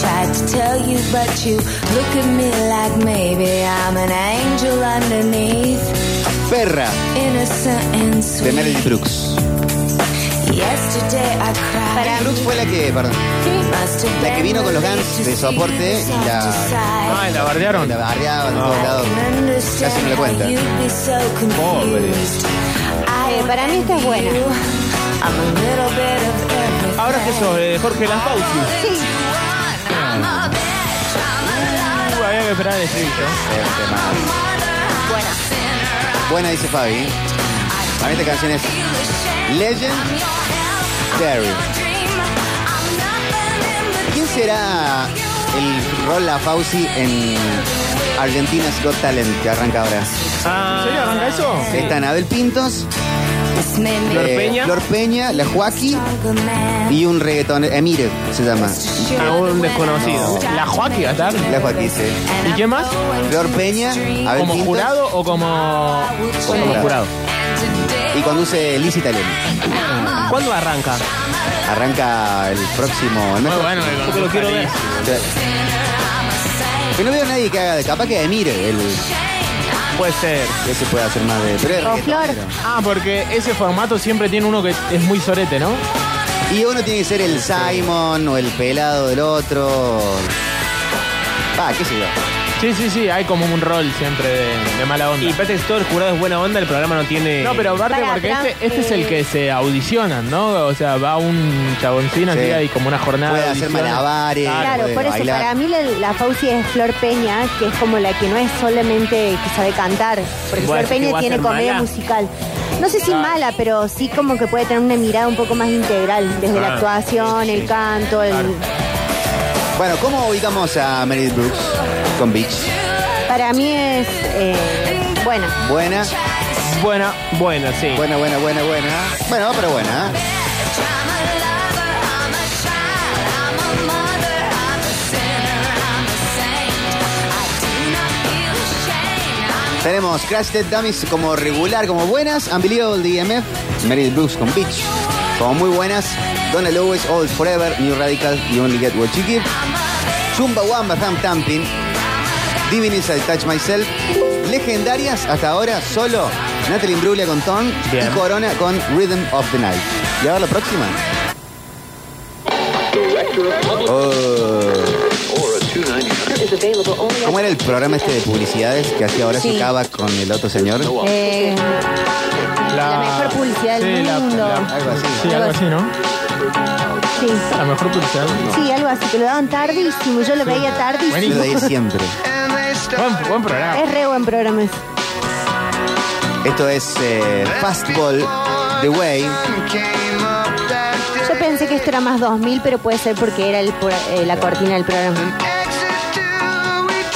G: Tried to tell you, but you look at me like maybe I'm an angel underneath,
A: Perra
G: innocent and
A: de Meryl
G: sweet.
A: Brooks.
G: Yesterday I
A: Meryl
G: cried.
A: Brooks Ah, fue la que, perdón,
G: Must have
A: la que
G: been
A: vino con los Guns de soporte y la-
E: Ay, la bardearon.
A: la barriaba en todos lados. Casi me lo cuenta.
G: Pobre.
D: Eh, para mí esta es buena.
B: Ahora que sos eh, Jorge Laspausi.
D: sí,
E: Uh, había que esperar el estribillo.
A: Buena dice Fabi. A mí esta canción es Legend Terry. ¿Quién será el rol a Fauci en Argentina's Got Talent que arranca ahora?
B: Ah,
E: ¿En serio arranca eso?
A: Está Anabel Pintos,
B: Flor
A: eh,
B: Peña.
A: Flor Peña, la Joaquí y un reggaetón, Emire se llama.
B: A un desconocido.
E: La Joaquín va a estar.
A: La Joaquí, sí.
E: ¿Y qué más?
A: Flor Peña, Abel
E: ¿Como
A: Pintos,
E: jurado o como,
A: Como
E: como
A: jurado.
E: jurado?
A: y conduce Liz Italiano.
B: ¿Cuándo arranca?
A: Arranca el próximo. el mes
E: Muy bueno,
B: Yo lo quiero ver.
A: Pero no veo a nadie que haga de capaz que Emire el
B: Puede ser.
A: que se puede hacer más de pero es
D: o Flor.
A: reggaetonero.
E: Ah, porque ese formato siempre tiene uno que es muy sorete, ¿no?
A: Y uno tiene que ser el Simon o el pelado del otro. Ah, qué sé yo.
E: Sí, sí, sí, hay como un rol siempre de, de mala onda.
B: Y parece que todo el jurado es buena onda, el programa no tiene.
E: no, pero aparte
D: Para,
E: porque
D: Fran,
E: este, este es el
D: eh,
E: que se audicionan, ¿no? O sea, va un chaboncino
A: Sí.
E: así, hay como una jornada
A: Puede
E: de
A: hacer
E: audiciones.
A: malabares.
D: claro,
A: puede
D: por eso
A: bailar.
D: para mí la, la Fauci es Flor Peña, que es como la que no es solamente que sabe cantar, porque
B: Igual,
D: Flor
B: que
D: Peña
B: va a
D: tiene
B: ser
D: comedia
B: mala.
D: musical. No sé si mala, pero sí como que puede tener una mirada un poco más integral, desde la
B: Ah,
D: actuación, el canto, el...
A: Bueno, ¿cómo ubicamos a Meredith Brooks con Beach?
D: Para mí es eh, buena.
A: Buena,
B: Buena, buena, sí.
A: buena, buena, buena, buena. Bueno, pero buena. ¿eh? Tenemos Crash Dead Dummies como regular, como buenas. Unbelievable E DMF. Meredith Brooks con Beach. Como muy buenas. Donna Lewis, Old Forever, New Radical, You Only Get What You Give. Chumba Wamba, Thumb Thumping. Divinis, I Touch Myself. Legendarias hasta ahora solo. Natalie Imbruglia con Tom
B: Bien.
A: y Corona con Rhythm of the Night. Y ahora la próxima. Oh. ¿Cómo era el programa este de publicidades que hacía ahora
D: Sí.
A: se cava con el otro señor?
D: Eh, La mejor publicidad del
E: la-
D: mundo.
E: la-
A: Algo así.
E: sí, algo así, ¿no?
D: sí,
E: La mejor publicidad.
D: sí, algo así, que lo daban tardísimo, yo lo veía
A: Yo
D: tardísimo.
A: lo di siempre.
E: Buen, buen programa.
D: Es re buen programa ese.
A: Esto es eh, Fastball The Way.
D: Yo pensé que esto era más 2000, pero puede ser porque era el pro- eh, la cortina del programa.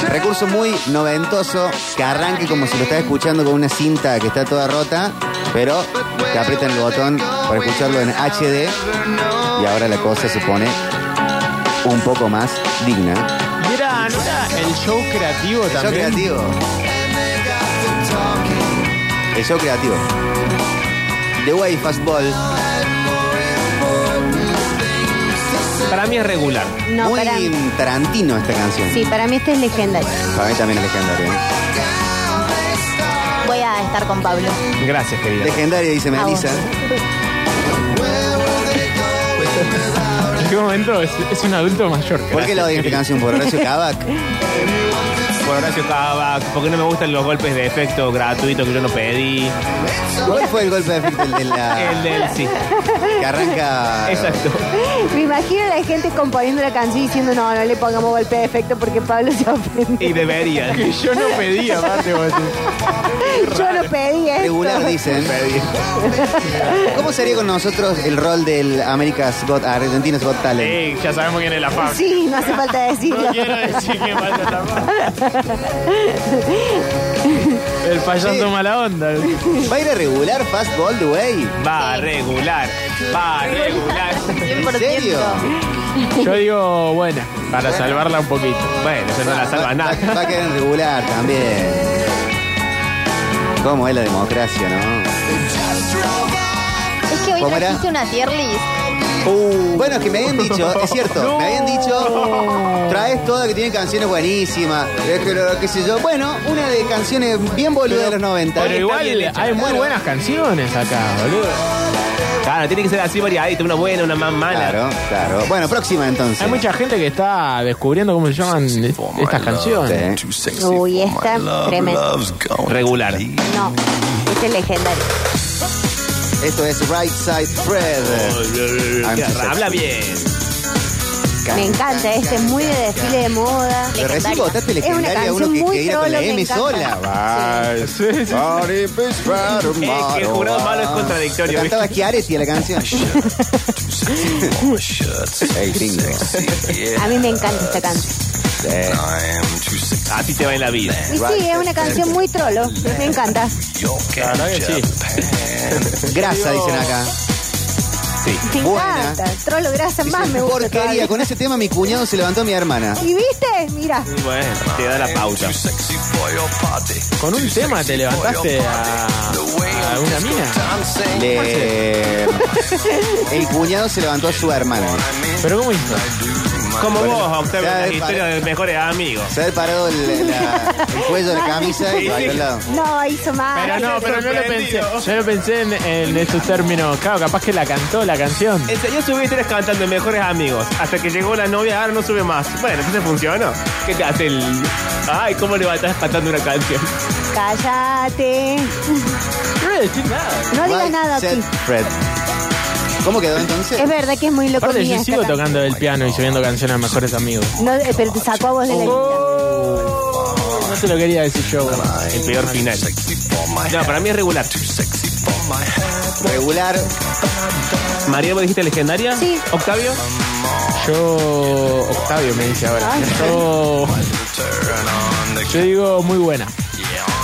A: Recurso muy noventoso que arranque como si lo estás escuchando con una cinta que está toda rota, pero te aprietan el botón para escucharlo en HD. Y ahora la cosa se pone un poco más digna.
E: Y era, ¿no
B: Ah,
E: era el show creativo
A: El show
E: también.
A: creativo. El show creativo. The Way Fastball.
B: Para mí es regular.
D: No,
A: Muy
D: para mí.
A: Tarantino esta canción.
D: Sí, para mí este es legendario.
A: Para mí también es legendario. ¿eh?
H: Voy a estar con Pablo.
B: Gracias, querida.
A: Legendario, dice
D: A vos.
A: Melissa.
E: ¿En qué momento es, es un adulto mayor?
A: ¿Por qué la odio esta canción? ¿Por Horacio Cabac?
B: Por Horacio Cava, porque no me gustan los golpes de efecto gratuitos que yo no pedí.
A: ¿Cuál fue el golpe de efecto? El de la...
B: El del sí.
A: Que arranca...
B: Exacto.
D: Me imagino a la gente componiendo la canción y diciendo no, no le pongamos golpe de efecto porque Pablo se ofende.
B: Y debería.
E: Que yo no pedí, aparte, vos decís.
D: Yo no pedí esto.
A: Regular, dicen. ¿Cómo sería con nosotros el rol del America's Got... Argentina's Got Talent?
E: Ey, ya sabemos quién es la fama.
D: Sí, no hace falta decirlo.
E: No quiero decir que pasa la fama. El payaso
A: Sí.
E: mala onda.
A: ¿Va a ir a regular Fast Ball the Way?
B: Va regular. Va regular.
H: 100%.
A: ¿En serio?
E: Yo digo buena, para salvarla un poquito.
B: Bueno, eso no la salva
A: Va,
B: nada.
A: va a quedar en regular también. ¿Cómo es la democracia, no?
H: Es que hoy
A: ¿Cómo era?
H: trajiste una tier list.
A: Bueno, es que me habían dicho, es cierto, me habían dicho, traes todas que tienen canciones buenísimas, es que lo- qué sé yo. Bueno, una de canciones bien boludas de los 90.
E: Pero
B: bien
E: igual
B: hecha,
E: hay muy
A: claro.
E: buenas canciones acá, boludo.
B: Claro, tiene que ser así variadita, una buena, una más mala.
A: Claro, claro. Bueno, próxima entonces.
E: Hay mucha gente que está descubriendo cómo se llaman estas canciones.
A: Sí.
D: Uy, esta tremenda.
B: Regular.
D: No, este es legendario.
A: Esto es Right Side Fred.
B: Habla bien.
D: Me encanta, este es muy de desfile de moda.
A: Pero recién
H: Legendario.
A: votaste
D: Es una
A: legendaria a uno
D: canción
A: que
D: muy
A: que era con la
D: trola, me
A: M
D: encanta.
A: sola.
E: Sí, sí.
B: Es que el jurado malo es contradictorio. ¿viste?
A: Cantaba Chiaretti a la canción. El bingo.
D: A mí me encanta esta canción.
B: Así te va en la vida.
D: Y sí, es una canción muy trolo. Me encanta.
E: La verdad que sí.
A: Grasa, dicen acá.
D: Me
A: Buena.
D: encanta. Trolo grasa más
A: Dicen,
D: me gusta.
A: Porquería,
D: todavía.
A: con ese tema mi cuñado se levantó a mi hermana.
D: ¿Y viste? Mira.
B: Bueno, te da la pauta.
E: Con un tema te levantaste a, a una mina.
A: Le- El cuñado se levantó a su hermana.
E: Pero ¿cómo hizo?
B: Como vos, Octavio,
A: Ya,
B: la
A: es
B: historia
A: para-
B: de mejores amigos.
A: Se ha parado el, la- el cuello de la camisa y bailó al lado.
D: No, hizo mal.
E: Pero no, pero no lo pensé. Yo lo pensé en, en estos términos. Claro, capaz que la cantó la canción.
B: Enseñó subir historias cantando en mejores amigos. Hasta que llegó la novia, ahora no sube más. Bueno, entonces funcionó. ¿Qué te hace el.? Ay, ¿cómo le estás cantando una canción?
D: Cállate.
E: No voy a decir nada.
D: No digas
A: Right
D: nada
A: Said
D: aquí.
A: Fred. ¿Cómo quedó entonces?
D: Es verdad que es muy loco.
E: Aparte,
D: mía
E: yo
D: esta
E: sigo
D: canción.
E: tocando el piano y subiendo canciones a mejores amigos.
D: No, eh, pero te sacó a vos de la
A: Oh.
D: lista.
E: Oh. No te lo quería decir yo.
B: El peor final. No, para mí es regular.
A: Regular.
B: María, ¿vos dijiste legendaria?
D: Sí.
B: ¿Octavio?
E: Yo. Octavio me dice ahora. Yo. Yo digo muy buena.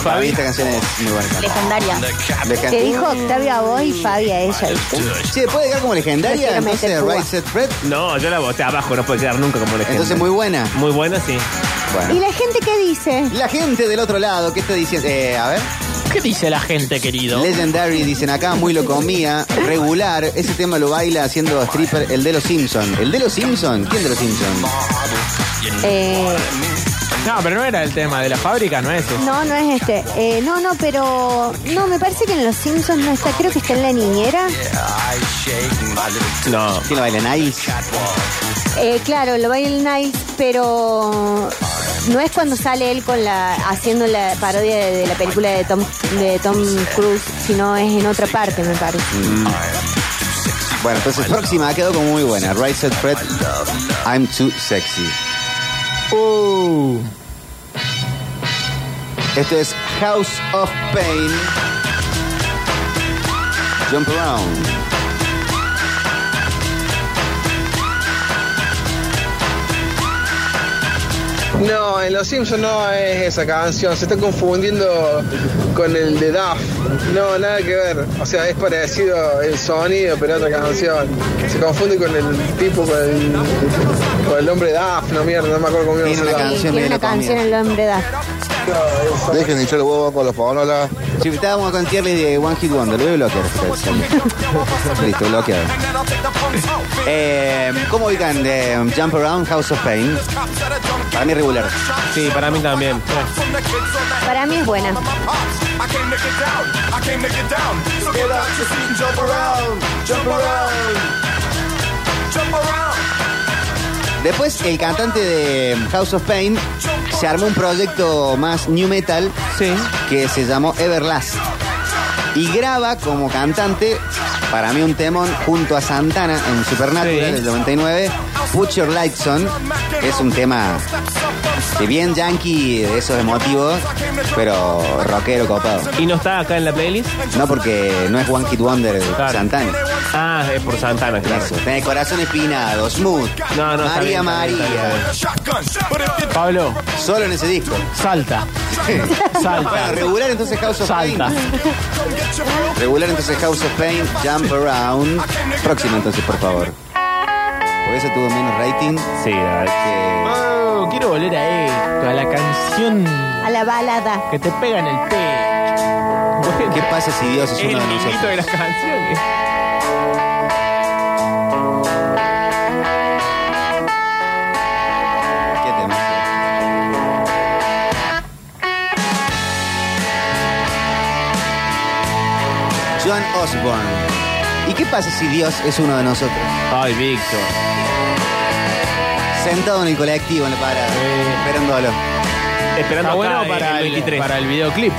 A: Para mí esta canción es muy buena.
H: Legendaria.
D: Te
A: Legendaria.
D: dijo Octavio a vos y Fabi a ella. ¿viste?
A: Che, ¿puede quedar como legendaria?
D: Prefiero meter
A: Entonces,
D: Cuba.
A: Right Set Fred.
B: No, yo la voté abajo, no puede quedar nunca como legendaria.
A: Entonces, muy buena.
B: Muy buena, sí.
D: ¿Y
A: Bueno.
D: la gente qué dice?
A: La gente del otro lado, ¿qué está diciendo? Eh, a ver.
E: ¿Qué dice la gente, querido?
A: Legendary, dicen acá, muy lo comía. Regular, ese tema lo baila haciendo stripper el de los Simpsons. ¿El de los Simpsons? ¿Quién de los Simpsons?
D: Eh,
E: No, pero no era el tema de la fábrica, no es eso.
D: no, no es este. Eh, no, no, pero. No, me parece que en Los Simpsons no está. Creo que está en La Niñera.
B: No.
A: ¿Quién lo baila? Niles.
D: Eh, claro, lo baila el Niles, pero. No es cuando sale él con la haciendo la parodia de, de la película de Tom de Tom Cruise, sino es en otra parte, me parece.
A: Bueno, entonces próxima quedó como muy buena. Right Set Fred, I'm Too Sexy.
E: Uh,
A: Esto es House of Pain. Jump Around.
I: No, en Los Simpsons no es esa canción, se está confundiendo con el de Duff. No, nada que ver. O sea, es parecido el sonido, pero otra canción. Se confunde con el tipo, con el, con el hombre Duff, no mierda, no me acuerdo cómo
A: Tiene
I: se
A: una
I: llama.
A: canción
D: Tiene
A: medio
D: una
A: comida.
D: canción El Hombre Da.
J: Dejen de hinchar el huevo con los panolas.
A: Si estábamos con tier list de One Hit Wonder, lo voy a bloquear. Listo, bloqueado. Eh, ¿Cómo ubican de Jump Around House of Pain? Para mí regular.
B: Sí, para mí también.
D: Para mí es buena.
A: Después el cantante de House of Pain se armó un proyecto más new metal
B: Sí.
A: que se llamó Everlast. Y graba como cantante, para mí un temón, junto a Santana en Supernatural
B: Sí.
A: del 99, Put Your Lights On, que es un tema de bien yankee, de esos emotivos, pero rockero copado.
B: ¿Y no está acá en la playlist?
A: No porque no es One Hit Wonder
B: Claro.
A: Santana.
B: Ah, es por Santana, claro.
A: Eso, tenés corazón espinado, smooth,
B: No, no, está
A: María
B: bien, está bien,
A: María,
B: está bien, está bien.
E: Pablo,
A: solo en ese disco.
E: salta.
A: Bueno,
E: Salta.
A: regular entonces House of
E: Salta.
A: Pain. Regular entonces House of Pain, Jump Around. Próxima entonces, por favor. Porque esa tuvo menos rating
B: Sí, la verdad.
A: que...
E: Oh, quiero volver a esto, a la canción
D: A la balada.
E: que te pega en el pecho.
A: ¿Qué pasa si Dios es
B: El
A: uno de nosotros?
B: vinito de las canciones.
A: ¿Qué tema? John Osborne. ¿Y qué pasa si Dios es uno de nosotros?
B: Ay, Víctor.
A: Sentado en el colectivo en la parada, esperándolo.
B: Esperando
E: Está
B: acá
E: bueno
B: en
E: para
B: el
E: el,
B: 23.
E: para el videoclip.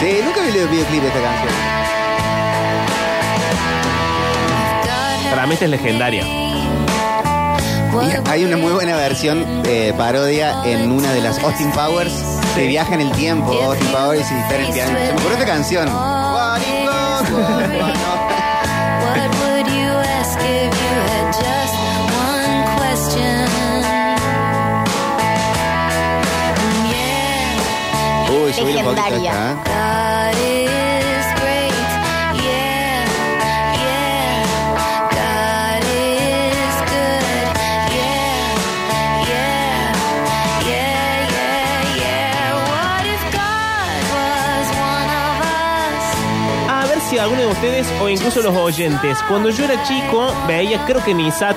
A: Sí, nunca vi el videoclip de esta canción.
B: Para mí esta es legendaria.
A: Y hay una muy buena versión eh, parodia en una de las Austin Powers que viaja en el tiempo, Austin Powers y está en el piano. Se me ocurrió esta canción. What it goes, what it goes.
G: What would you ask if you had just one question? And yeah,
A: Uy, subí un poquito
H: Legendaria.
A: acá.
G: God is great. Yeah, yeah, God is good. Yeah, yeah, yeah, yeah, yeah. What if God was one of us?
B: A ver si alguno de ustedes o incluso los oyentes, cuando yo era chico, veía, creo que Nisat,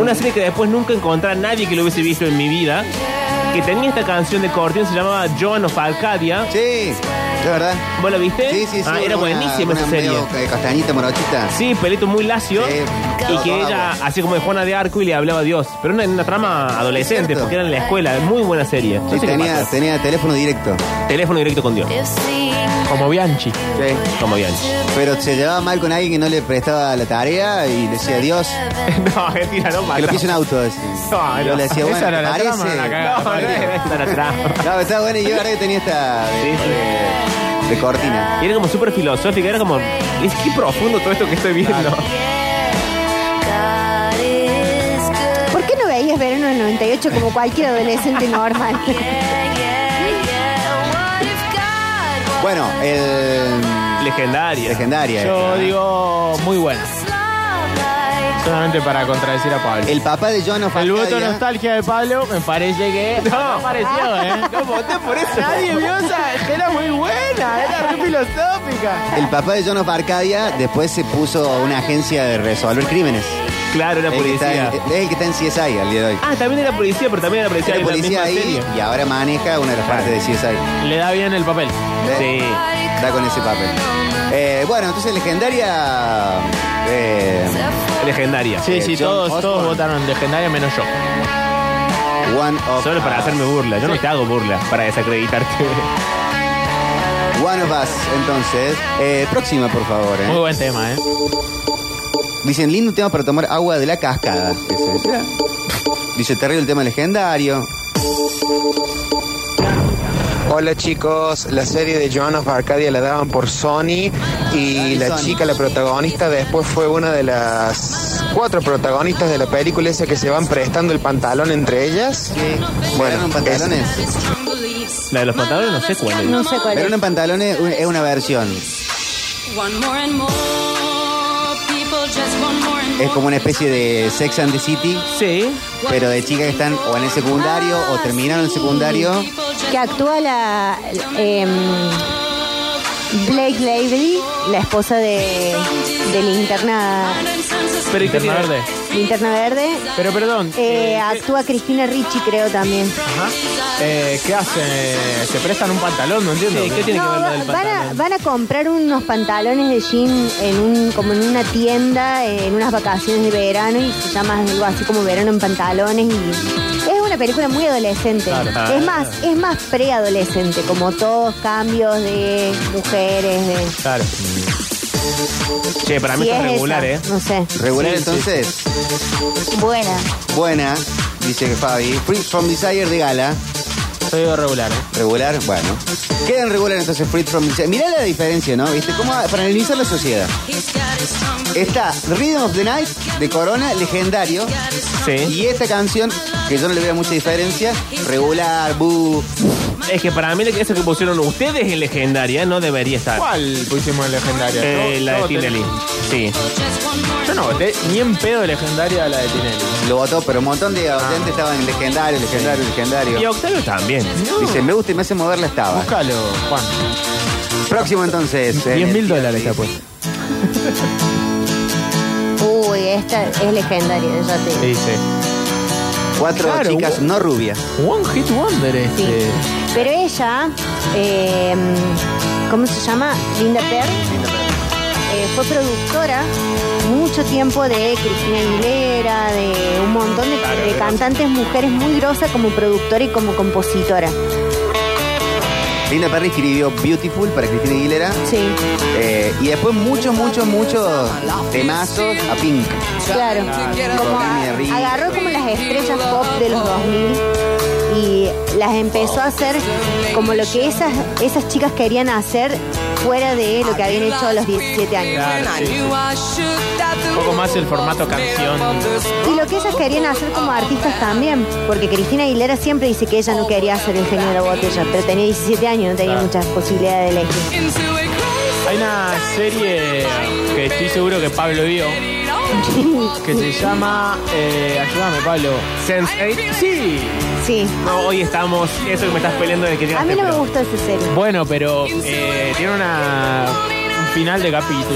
B: una serie que después nunca encontré a nadie que lo hubiese visto en mi vida, que tenía esta canción de Cortión, se llamaba John of Arcadia.
A: ¿eh? Sí, de verdad.
B: ¿Vos la viste?
A: Sí, sí, sí.
B: Ah, era
A: una-
B: buenísima
A: una
B: esa serie.
A: medio, eh, Castañita, morochita.
B: Sí, pelito muy lacio.
A: Sí.
B: Y que ella, así como de Juana de Arco, y le hablaba a Dios. Pero una, una trama adolescente,
A: Cierto.
B: porque era en la escuela. Muy buena serie. No
A: Sí,
B: sé qué
A: tenía,
B: pasa.
A: tenía teléfono directo.
B: Teléfono directo con Dios.
G: If seeing
E: Como Bianchi.
B: Como Bianchi.
A: Pero se llevaba mal con alguien que no le prestaba la tarea y le decía Dios.
B: no, Argentina,
A: Que
B: no
A: lo
B: mata.
A: pise en auto. decía.
B: No,
A: Y yo
B: no.
A: le decía, bueno,
E: Esa era la
A: parece.
E: trama, la
B: No,
E: cagada.
B: no, no, no, no,
A: No,
B: no.
A: estaba bueno y yo ahora que tenía esta
B: Sí, sí.
A: de, de cortina.
B: Y era como súper filosófica, era como, es que profundo todo esto que estoy viendo.
G: God is good.
D: ¿Por qué no veías verano del 98 como cualquier adolescente normal?
G: Yeah, yeah, yeah. What if God was
A: Bueno, el
B: Legendaria.
A: legendaria.
E: Yo digo muy bueno.
G: love like?
E: Solamente para contradecir a Pablo.
A: El papá de John of
E: El
A: Arcadia-
E: voto nostalgia de Pablo me parece que no, apareció, ¿eh? No voté por eso. Nadie vio esa, era muy buena, era muy filosófica.
A: El papá de John of Arcadia después se puso a una agencia de resolver crímenes.
B: Claro, era
A: El que, está
B: policía.
A: en, el que está en CSI al día de hoy.
B: Ah, también era policía, pero también era policía
A: Era
B: en la
A: policía
B: misma
A: ahí
B: serie.
A: y ahora maneja una de las partes de CSI.
E: Le da bien el papel.
B: Sí.
A: Está con ese papel. Eh, bueno, entonces legendaria. eh,
B: Legendaria.
E: Sí,
A: Eh,
E: sí,
A: John
E: todos, todos
A: Osborne.
E: votaron legendaria menos yo.
A: one of
B: Solo para
A: Us.
B: hacerme burla. Yo no te hago burla para desacreditarte.
A: One of Us, entonces. Eh, próxima, por favor. eh.
E: Muy buen tema, ¿eh?
A: Dicen, lindo tema para tomar agua de la
B: Oh.
A: cascada. Ese, mira. Dice, terrible el tema legendario.
I: Hola chicos, la serie de Joan of Arcadia la daban por Sony y
A: Dale,
I: la
A: Sony.
I: chica, la protagonista, después fue una de las cuatro protagonistas de la película esa que se van prestando el pantalón entre ellas.
A: Verano en
I: Bueno, es-
A: pantalones.
B: La de los pantalones no sé cuál es.
D: No sé cuál es.
A: Verano en pantalones es una versión. Es como una especie de Sex and the City,
B: Sí.
A: pero de chicas que están o en el secundario o terminaron el secundario
D: que actúa la em, Blake Lively, la esposa de, de Linterna,
E: Pero ¿y qué tiene?
D: Linterna Verde.
E: Pero perdón.
D: Eh, actúa Cristina Ricci, creo también.
E: Ajá. Eh, ¿Qué hacen? ¿Se prestan un pantalón? No entiendo.
B: Sí, ¿qué tiene
D: No, va- van, a, van a comprar unos pantalones de jean en un, como en una tienda en unas vacaciones de verano y se llama algo así como verano en pantalones y es una película muy adolescente.
B: Claro. Ah.
D: Es más, es más preadolescente, como todos cambios de mujeres, de
B: Claro. Che, para mí
D: Si
B: está
D: es
B: regular,
D: esa,
B: ¿eh?
D: No sé.
A: Regular
B: Sí, sí,
A: entonces.
H: Buena.
A: Buena, dice Fabi. Free from Desire de Gala.
E: Soy regular, ¿eh?
A: Regular, bueno. Queda en regular entonces Free from Desire. Mirá la diferencia, ¿no? ¿Viste? ¿Cómo para analizar la sociedad? Está Rhythm of the Night de Corona, legendario.
B: Sí.
E: ¿Eh?
A: Y esta canción, que yo no le veo mucha diferencia, regular, bu.
B: Es que para mí eso que pusieron ustedes en legendaria no debería estar.
E: ¿Cuál pusimos en legendaria?
B: Eh,
E: Yo-
B: la
E: yo
B: de
E: voté-
B: Tinelli. Sí.
E: Yo no voté ni en pedo de legendaria la de Tinelli.
A: Lo votó, pero un montón de
E: Ah.
A: gente estaban en legendario, legendario,
B: Y
A: legendario.
B: Octavio también.
E: uh.
A: Dice, me gusta y me hace mover la estaba.
E: Búscalo, Juan.
A: Próximo entonces. eh,
E: 10 mil dólares está puesto.
D: Uy, esta es legendaria, ya te digo.
E: Sí, sí.
A: Cuatro
E: Claro, uh.
A: chicas
E: hubo-
A: no rubias.
E: One Hit Wonder
D: Sí.
E: este.
D: Pero ella, eh, ¿cómo se llama? Linda Perr. eh, fue productora mucho tiempo de Cristina Aguilera, de un montón de, de cantantes mujeres muy grosas como productora y como compositora.
A: Linda Perry escribió Beautiful para Cristina Aguilera.
D: Sí,
A: Eh, y después muchos, muchos, muchos temazos a Pink.
D: claro. Como a- agarró como las estrellas pop de los 2000 y las empezó a hacer como lo que esas, esas chicas querían hacer fuera de lo que habían hecho a los 17 años.
E: Un poco más el formato canción.
D: Y lo que ellas querían hacer como artistas también, porque Cristina Aguilera siempre dice que ella no quería ser ingeniera botella, pero tenía 17 años, no tenía muchas posibilidades de elegir.
E: Hay una serie que estoy seguro que Pablo vio. Que se llama. Eh, ayúdame, Pablo.
B: Sense8.
E: Sí.
D: Sí,
B: No, hoy estamos. Eso que me estás peleando de que
D: a
B: llegaste.
D: mí no me
B: pero-
D: gusta esa serie.
E: Bueno, pero eh, tiene una, un final de capítulo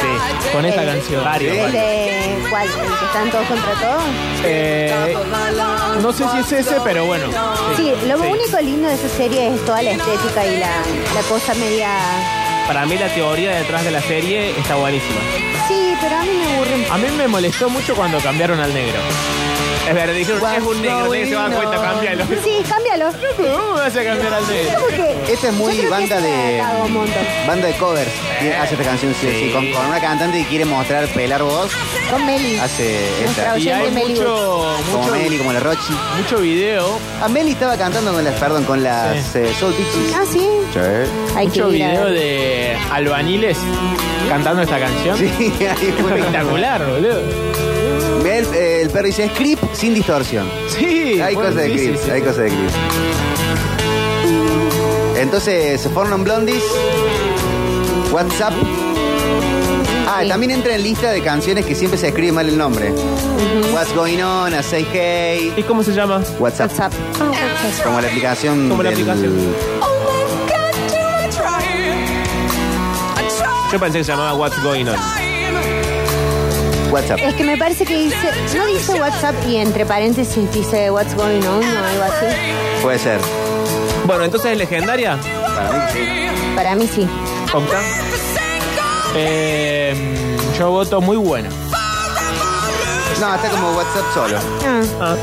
B: Sí.
E: con esta
D: El-
E: canción.
B: Varios,
D: El
B: varios.
D: de cuál, el que están todos contra todos.
E: Eh, no sé si es ese, pero bueno.
D: Sí, lo
E: Sí.
D: único lindo de esa serie es toda la estética y la, la cosa media.
B: Para mí la teoría detrás de la serie está buenísima.
D: Sí, pero a mí me aburre un
E: A mí me molestó mucho cuando cambiaron al negro.
B: Es verdad, dijeron, es un negro, nadie se va a dar cuenta, cámbialo.
D: Sí, cámbialo. Es
E: ¿Cómo vas a cambiar al negro?
D: como
A: Esta Este
D: que-
A: es
D: yo creo
A: muy
D: que
A: banda
D: eso
A: de.
D: me ha dado un montón.
A: Banda de covers. Y Hace esta canción sí, o sí,
B: Sí.
A: con, con una cantante que quiere mostrar pelar voz.
D: Con Meli.
A: Hace
D: Nuestra
A: esta.
E: Y hay
D: Meli
E: mucho,
A: Como
E: mucho,
A: Meli, como la Rochi.
E: mucho video,
A: Ah, Meli estaba cantando con las, perdón, con las eh, Soul Beaches.
D: Ah, sí. Hay
E: mucho
D: que ir a
E: video
D: ver.
E: de albaniles cantando esta canción.
A: Sí, ahí fue.
E: Espectacular, boludo.
A: Ve El, eh, el perro dice script sin distorsión.
E: Sí.
A: Hay
E: bueno,
A: cosas de
E: sí, sí,
A: Chris,
E: sí.
A: hay cosas de Chris. Entonces, se forman blondies. WhatsApp. Ah,
D: Sí.
A: también entra en lista de canciones que siempre se escribe mal el nombre. What's going on, a say hey.
B: ¿Y cómo se llama?
A: WhatsApp.
D: WhatsApp.
A: Como la aplicación.
B: Como la
A: del-
B: aplicación. Yo pensé que se llamaba What's Going On.
A: WhatsApp.
D: Es que me parece que dice, no dice WhatsApp y entre paréntesis dice What's going on o algo así.
A: Puede ser.
B: Bueno, entonces es legendaria.
A: Para mí sí.
D: Para mí sí.
B: Octa.
E: Eh, yo voto muy bueno.
A: No, está como WhatsApp solo.
D: Ah,
B: Ah,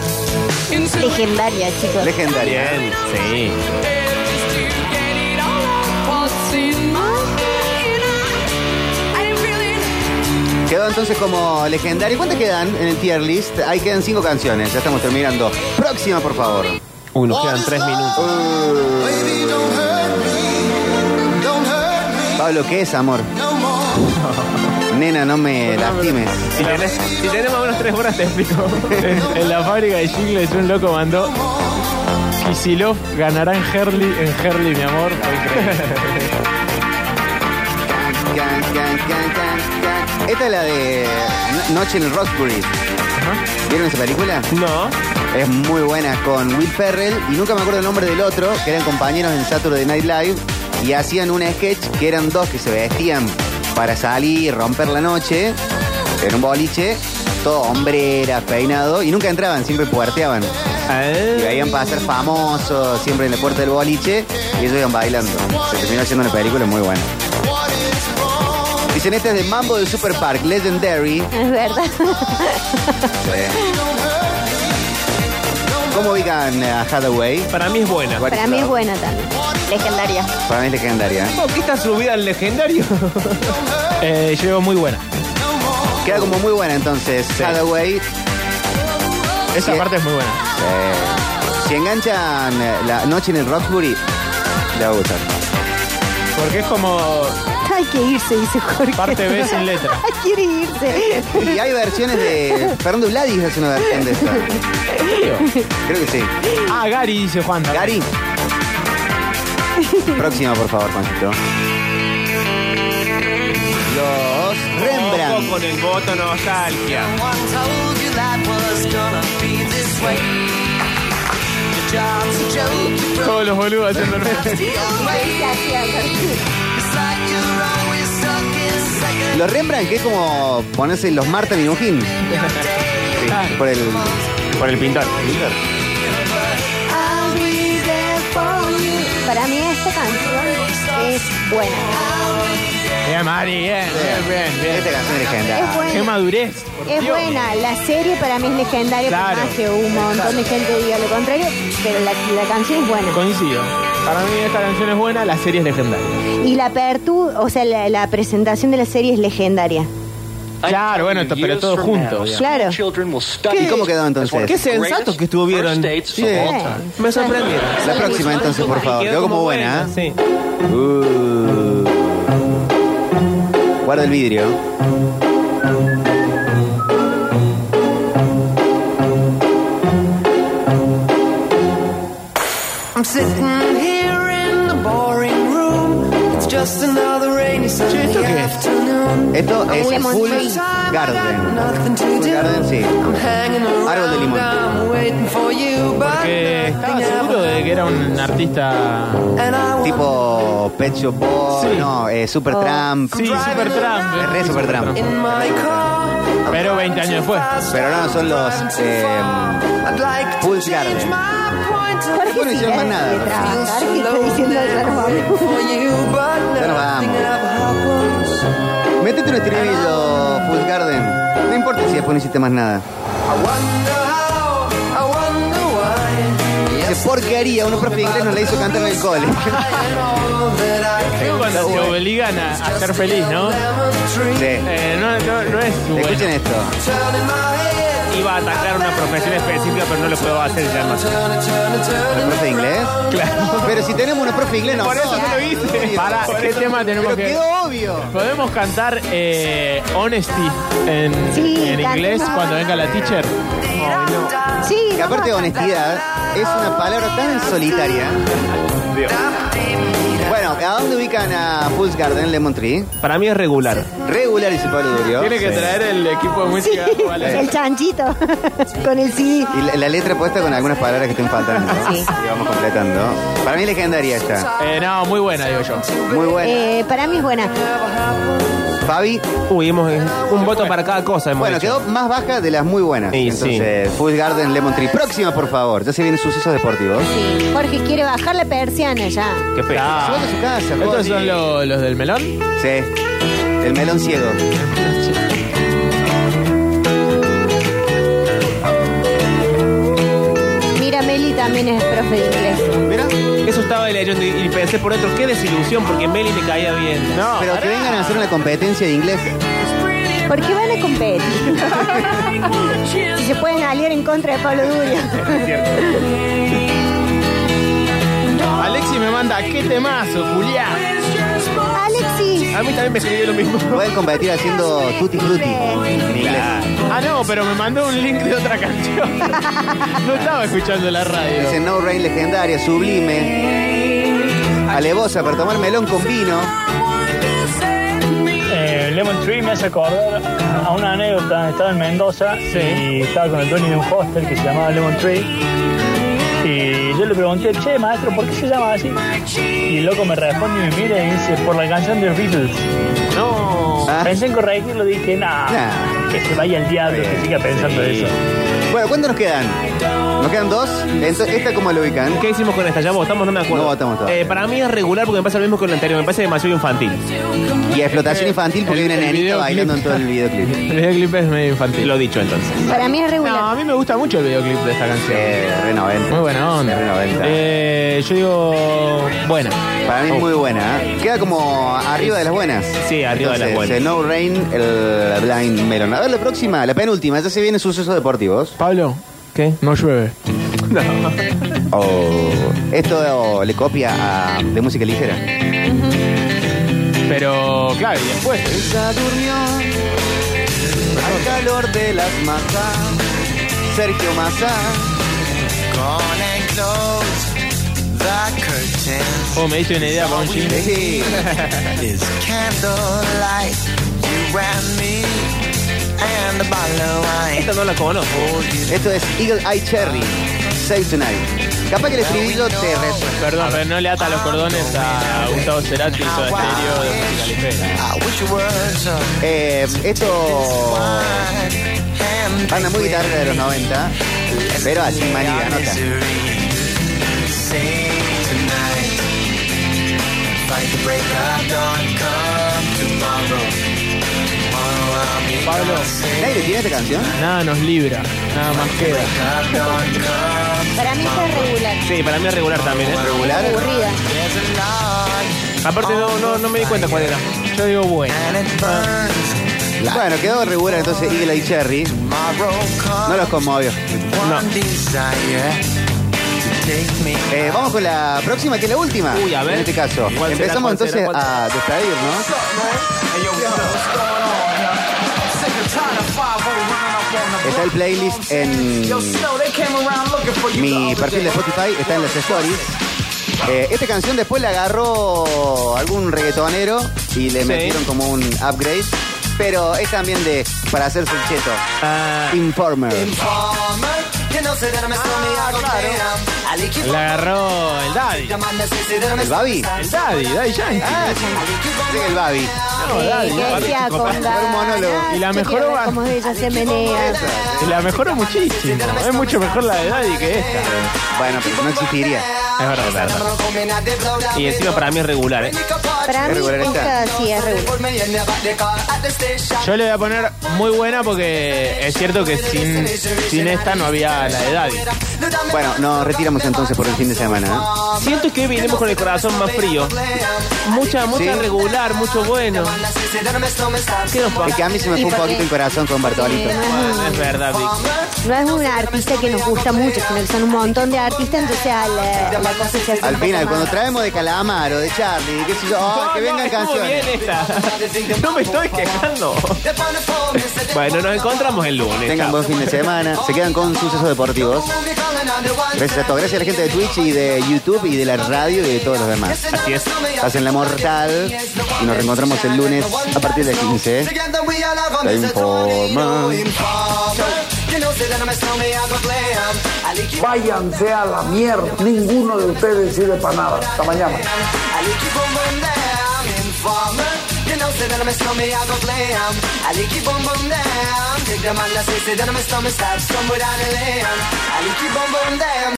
H: Legendaria, chicos.
A: Legendaria.
B: bien, sí.
A: Quedó entonces como legendaria. ¿Cuántas quedan en el tier list? Ahí quedan cinco canciones. Ya estamos terminando. Próxima, por favor.
B: Uy, nos quedan tres minutos.
A: Pablo, ¿qué es amor? Nena, no me lastimes.
B: Si, tenés- si tenemos unas tres horas, te explico.
E: en, en la fábrica de jingles un loco mandó Kisilov ganará en Herley, en Herley, mi amor. Fue increíble.
A: can, can, can, can, can. Esta es la de No- Noche en Roxbury. ¿Vieron esa película?
B: No.
A: Es muy buena con Will Ferrell y nunca me acuerdo el nombre del otro, que eran compañeros en Saturday Night Live y hacían un sketch que eran dos que se vestían para salir, romper la noche, en un boliche, todo hombrera, peinado y nunca entraban, siempre puerteaban.
B: Y
A: veían pasar famosos, siempre en la puerta del boliche y ellos iban bailando. Se terminó haciendo una película muy buena. Dicen, esta es de Mambo de Super Park, Legendary.
D: Es verdad.
A: ¿Cómo ubican a Hathaway?
B: Para mí es buena.
D: Para mí es buena también.
H: Legendaria.
A: Para mí es legendaria.
B: ¿Por qué está subida al legendario?
E: Eh, yo digo muy buena.
A: Queda como muy buena entonces. Hathaway.
E: Esa parte es muy buena.
A: Eh, si enganchan eh, la noche en el Roxbury, le va a gustar.
E: Porque es como
D: Hay que irse, dice Jorge.
E: parte B sin letra.
D: Quiere irse.
A: Y hay versiones de. Fernando Vladis hace una versión de esta. Creo que sí.
E: Ah, Gary, dice Juan.
A: Gary. Próxima, por favor, Juanito. Los
B: Ojo
A: Rembrandt.
B: con el voto nostalgia.
E: Todos los boludos haciéndolo.
A: Los Rembrandt, que es como ponerse los Marta Minujín. Sí, por el.
B: Por el pintor.
D: Para mí esta canción es buena.
E: Bien, Eh, Mari, bien, bien, bien. bien.
A: Esta canción es
D: Es
A: legendaria.
D: buena.
E: Qué madurez. por
D: Es
E: Dios.
D: buena, la serie para mí es legendaria,
E: Claro.
D: por más que un montón de gente diga lo contrario, pero la, la canción es buena.
E: Coincido. Para mí esta canción es buena, la serie es legendaria.
D: Y la apertura, o sea, la, la presentación de la serie es legendaria.
E: Claro, bueno, to- pero todos juntos.
D: Claro.
A: ¿Y cómo quedó entonces?
B: Qué sensatos que estuvieron. Sí. Me sorprendieron.
A: La próxima entonces, por favor. Quedó como buena. ¿eh?
B: Sí.
A: Uh. Guarda el vidrio.
K: I'm sitting here in the boring room. It's just another rainy Sunday afternoon.
A: Esto
K: I'm
A: es
K: wasting
A: Full
K: time, I got
A: Garden.
K: nothing to
A: Full
K: do.
A: Garden, sí.
K: I'm hanging
A: Árbol de
K: around,
A: limón.
K: I'm waiting for you, but
E: Porque estaba
K: nothing
E: seguro
K: ever
E: de que era un artista.
K: happened. And I want
A: Tipo Pet Shop Boy,
E: Sí.
A: no, eh, Super Trump.
E: Sí, Super
A: Es
E: Trump.
A: re Super Trump.
K: in my car.
E: Pero 20 años después.
A: Pero no, son los eh,
K: I'd like to
A: Full
K: change
A: Garden.
K: my point of
D: Jorge
A: No
D: sigue
A: hicieron más nada.
D: de trabajar, que está diciendo el hermano.
K: view for you, but
A: Ya nos
K: nothing
A: vamos.
K: ever happens.
A: Métete un estribillo, Full Garden. No importa si después no hiciste más nada.
K: I wonder how, I wonder why.
A: Dice, porquería, uno profe de inglés nos la hizo cantar en el cole.
E: Es cuando te obligan a, a ser feliz, ¿no?
A: Sí.
E: Eh, no, no, no es bueno.
A: Escuchen esto.
B: Iba a atacar una profesión específica, pero no lo puedo hacer ya más.
A: ¿El profe de inglés? Claro. Pero si tenemos una profe de inglés, no.
E: Por eso te lo hice. Para, ¿qué tema tenemos
A: Pero
E: que.?
A: quedó obvio.
E: ¿Podemos cantar eh, Honesty en,
D: Sí,
E: en
D: cantemos.
E: inglés cuando venga la teacher?
D: Sí,
A: Que
D: vamos
A: aparte de
D: a
A: honestidad, es una palabra tan solitaria. Bueno, ¿a dónde ubican a Pulse Garden Lemon Tree?
B: Para mí es regular.
A: Regular y Pablo Durio.
E: Tiene que
A: Sí.
E: traer el equipo de música.
D: cantar. El chanchito con el CD.
A: Y la, la letra puesta con algunas palabras que estén faltando.
D: Sí.
A: Y vamos completando. Para mí legendaria esta.
E: Eh, no, muy buena, digo yo.
A: Muy buena.
D: Eh, para mí es buena.
A: Fabi,
B: Uy, hemos un voto para cada cosa. hemos
A: bueno,
B: hecho.
A: quedó más baja de las muy buenas.
B: Sí, sí.
A: Entonces, Pulse Garden Lemon Tree. Próxima, por favor. Ya se vienen sucesos deportivos.
D: Sí, Jorge quiere bajar la persiana ya.
B: Qué feo.
E: Ah.
A: Se van a su casa,
E: ¿Estos
A: Jordi.
E: son lo- los del melón?
A: Sí. El melón ciego.
D: Mira, Meli también es profe de inglés.
A: Mira.
B: Eso estaba leyendo y y pensé por otro, qué desilusión, porque Meli me caía bien.
E: No.
A: Pero que
E: pará.
A: vengan a hacer una competencia de inglés.
D: ¿Por qué van a competir? si se pueden aliar en contra de Pablo Durio.
E: Alexi me manda, ¿qué temazo, Julián?
D: Alexis.
E: A mí también me escribió lo mismo.
A: Pueden competir haciendo tutti frutti en inglés.
E: Ah, no, pero me mandó un link de otra canción. No estaba escuchando la radio.
A: Dice No Rain legendaria, sublime. Alevosa para tomar melón con vino.
L: el Eh, Lemon Tree me hace acordar a una anécdota. Estaba en Mendoza y estaba con el dueño de un hostel que se llamaba Lemon Tree. Y yo le pregunté, che, maestro, ¿por qué se llama así? Y el loco me responde y me mira y dice, por la canción de los Beatles. No.
A: Ah,
L: Pensé en corregirlo, dije, nah, que se vaya el diablo, que siga pensando eso.
A: Bueno, ¿cuántos nos quedan? ¿Nos quedan dos? Entonces, ¿Esta cómo lo ubican?
B: ¿Qué hicimos con esta? ¿Ya votamos? No me acuerdo.
A: No votamos todavía.
B: Eh, para mí es regular porque me pasa lo mismo que el anterior. Me parece demasiado infantil.
A: Y
B: Eh,
A: explotación infantil porque hay una nenita bailando en todo el videoclip.
E: El videoclip es medio infantil.
B: Lo dicho entonces.
D: Para mí es regular.
E: No, a mí me gusta mucho el videoclip de esta canción.
A: Eh, re 90.
E: Muy buena onda.
A: Re 90.
E: Eh, yo digo buena.
A: Para mí es muy buena. ¿eh? Queda como arriba de las buenas.
B: oh. Sí, arriba de las
A: Entonces,
B: buenas.
A: eh, No Rain, el Blind Melon. A ver, la próxima, la penúltima. Ya se vienen sucesos deportivos.
E: Pablo, ¿qué? No llueve.
A: Oh, esto le copia a de música ligera.
E: Pero, claro, y después.
A: Ella durmió al calor de las masas. Sergio Massa.
E: Oh, me diste una idea para un chisme.
A: Sí.
B: Esta no la conozco.
A: Esto es Eagle Eye Cherry. Save Tonight. Capaz que el estribillo te resuena.
E: Perdón, pero no le ata los cordones a Gustavo Cerati y Soda Stereo de música ligera.
A: Eh, esto. Banda muy guitarra de los 90. Pero así manía, nota.
E: Pablo,
A: ¿Nadie le tiene esta canción?
E: nada nos libra, nada más queda.
D: Para mí esta es regular.
B: Sí, para mí es regular también. ¿eh?
A: ¿Regular?
D: Aburrida.
B: Aparte no, no, no me di cuenta cuál era.
E: Yo digo bueno.
A: Bueno, quedó regular entonces Eagle Eye Cherry. No los conmovió. Eh, vamos con la próxima, que es la última.
B: Uy, a ver.
A: En este caso.
B: ¿Cuál será,
A: Empezamos
B: cuál será,
A: entonces
B: cuál será?
A: a despedir, ¿no? Está el playlist en mi perfil de Spotify, está en las stories. Eh, esta canción después la agarró algún reggaetonero y le
B: Sí.
A: metieron como un upgrade. Pero es también de para hacerse el cheto.
B: Ah,
A: Informer.
E: Le agarró el Daddy.
A: ¿El Babi?
E: El Daddy, Daddy Yankee.
A: Ah, sí, sí, el Babi.
B: Ah,
E: No, Daddy.
D: Sí, que decía con
A: Fue un monólogo.
E: Y la
D: Yo
E: mejoró
D: quiero ver
E: más.
D: Cómo ella se menea.
E: Y la mejoró muchísimo. Es mucho mejor la de Daddy que esta.
A: Bueno, pero no existiría.
E: Es verdad, es verdad.
B: y encima para mí es regular, ¿eh?
D: Para
A: Es
D: mí
A: regular esta.
D: esta sí es regular.
E: Yo le voy a poner muy buena porque es cierto que sin, sin esta no había la de Daddy.
A: Bueno, nos retiramos entonces por el fin de semana. ¿eh?
B: Siento que hoy vinimos con el corazón más frío. Mucha, mucha
A: Sí.
B: regular, mucho bueno. ¿Qué nos
A: Es que
B: pasa?
A: a mí se me fue un poquito el corazón con Bartolito.
D: Eh, no, es
B: Bueno, es verdad, Vic.
D: un- no es una artista que nos gusta mucho, sino que son un montón de artistas, entonces a la, la cosa se hace.
A: Al
D: un poco
A: final, cuando
D: más.
A: traemos de Calamaro, de Charlie, qué sé yo, ah, que vengan
B: estuvo
A: canciones.
B: bien esta. No me estoy quejando. Bueno, nos encontramos el lunes.
A: Tengan
B: chao.
A: buen fin de semana, se quedan con sucesos deportivos. Gracias a todos, gracias a la gente de Twitch y de YouTube y de la radio y de todos los demás.
B: Así es.
A: Hacen la mortal y nos reencontramos el lunes a partir de 15. La informa.
M: Váyanse a la mierda. Ninguno de ustedes sirve para nada. Hasta mañana.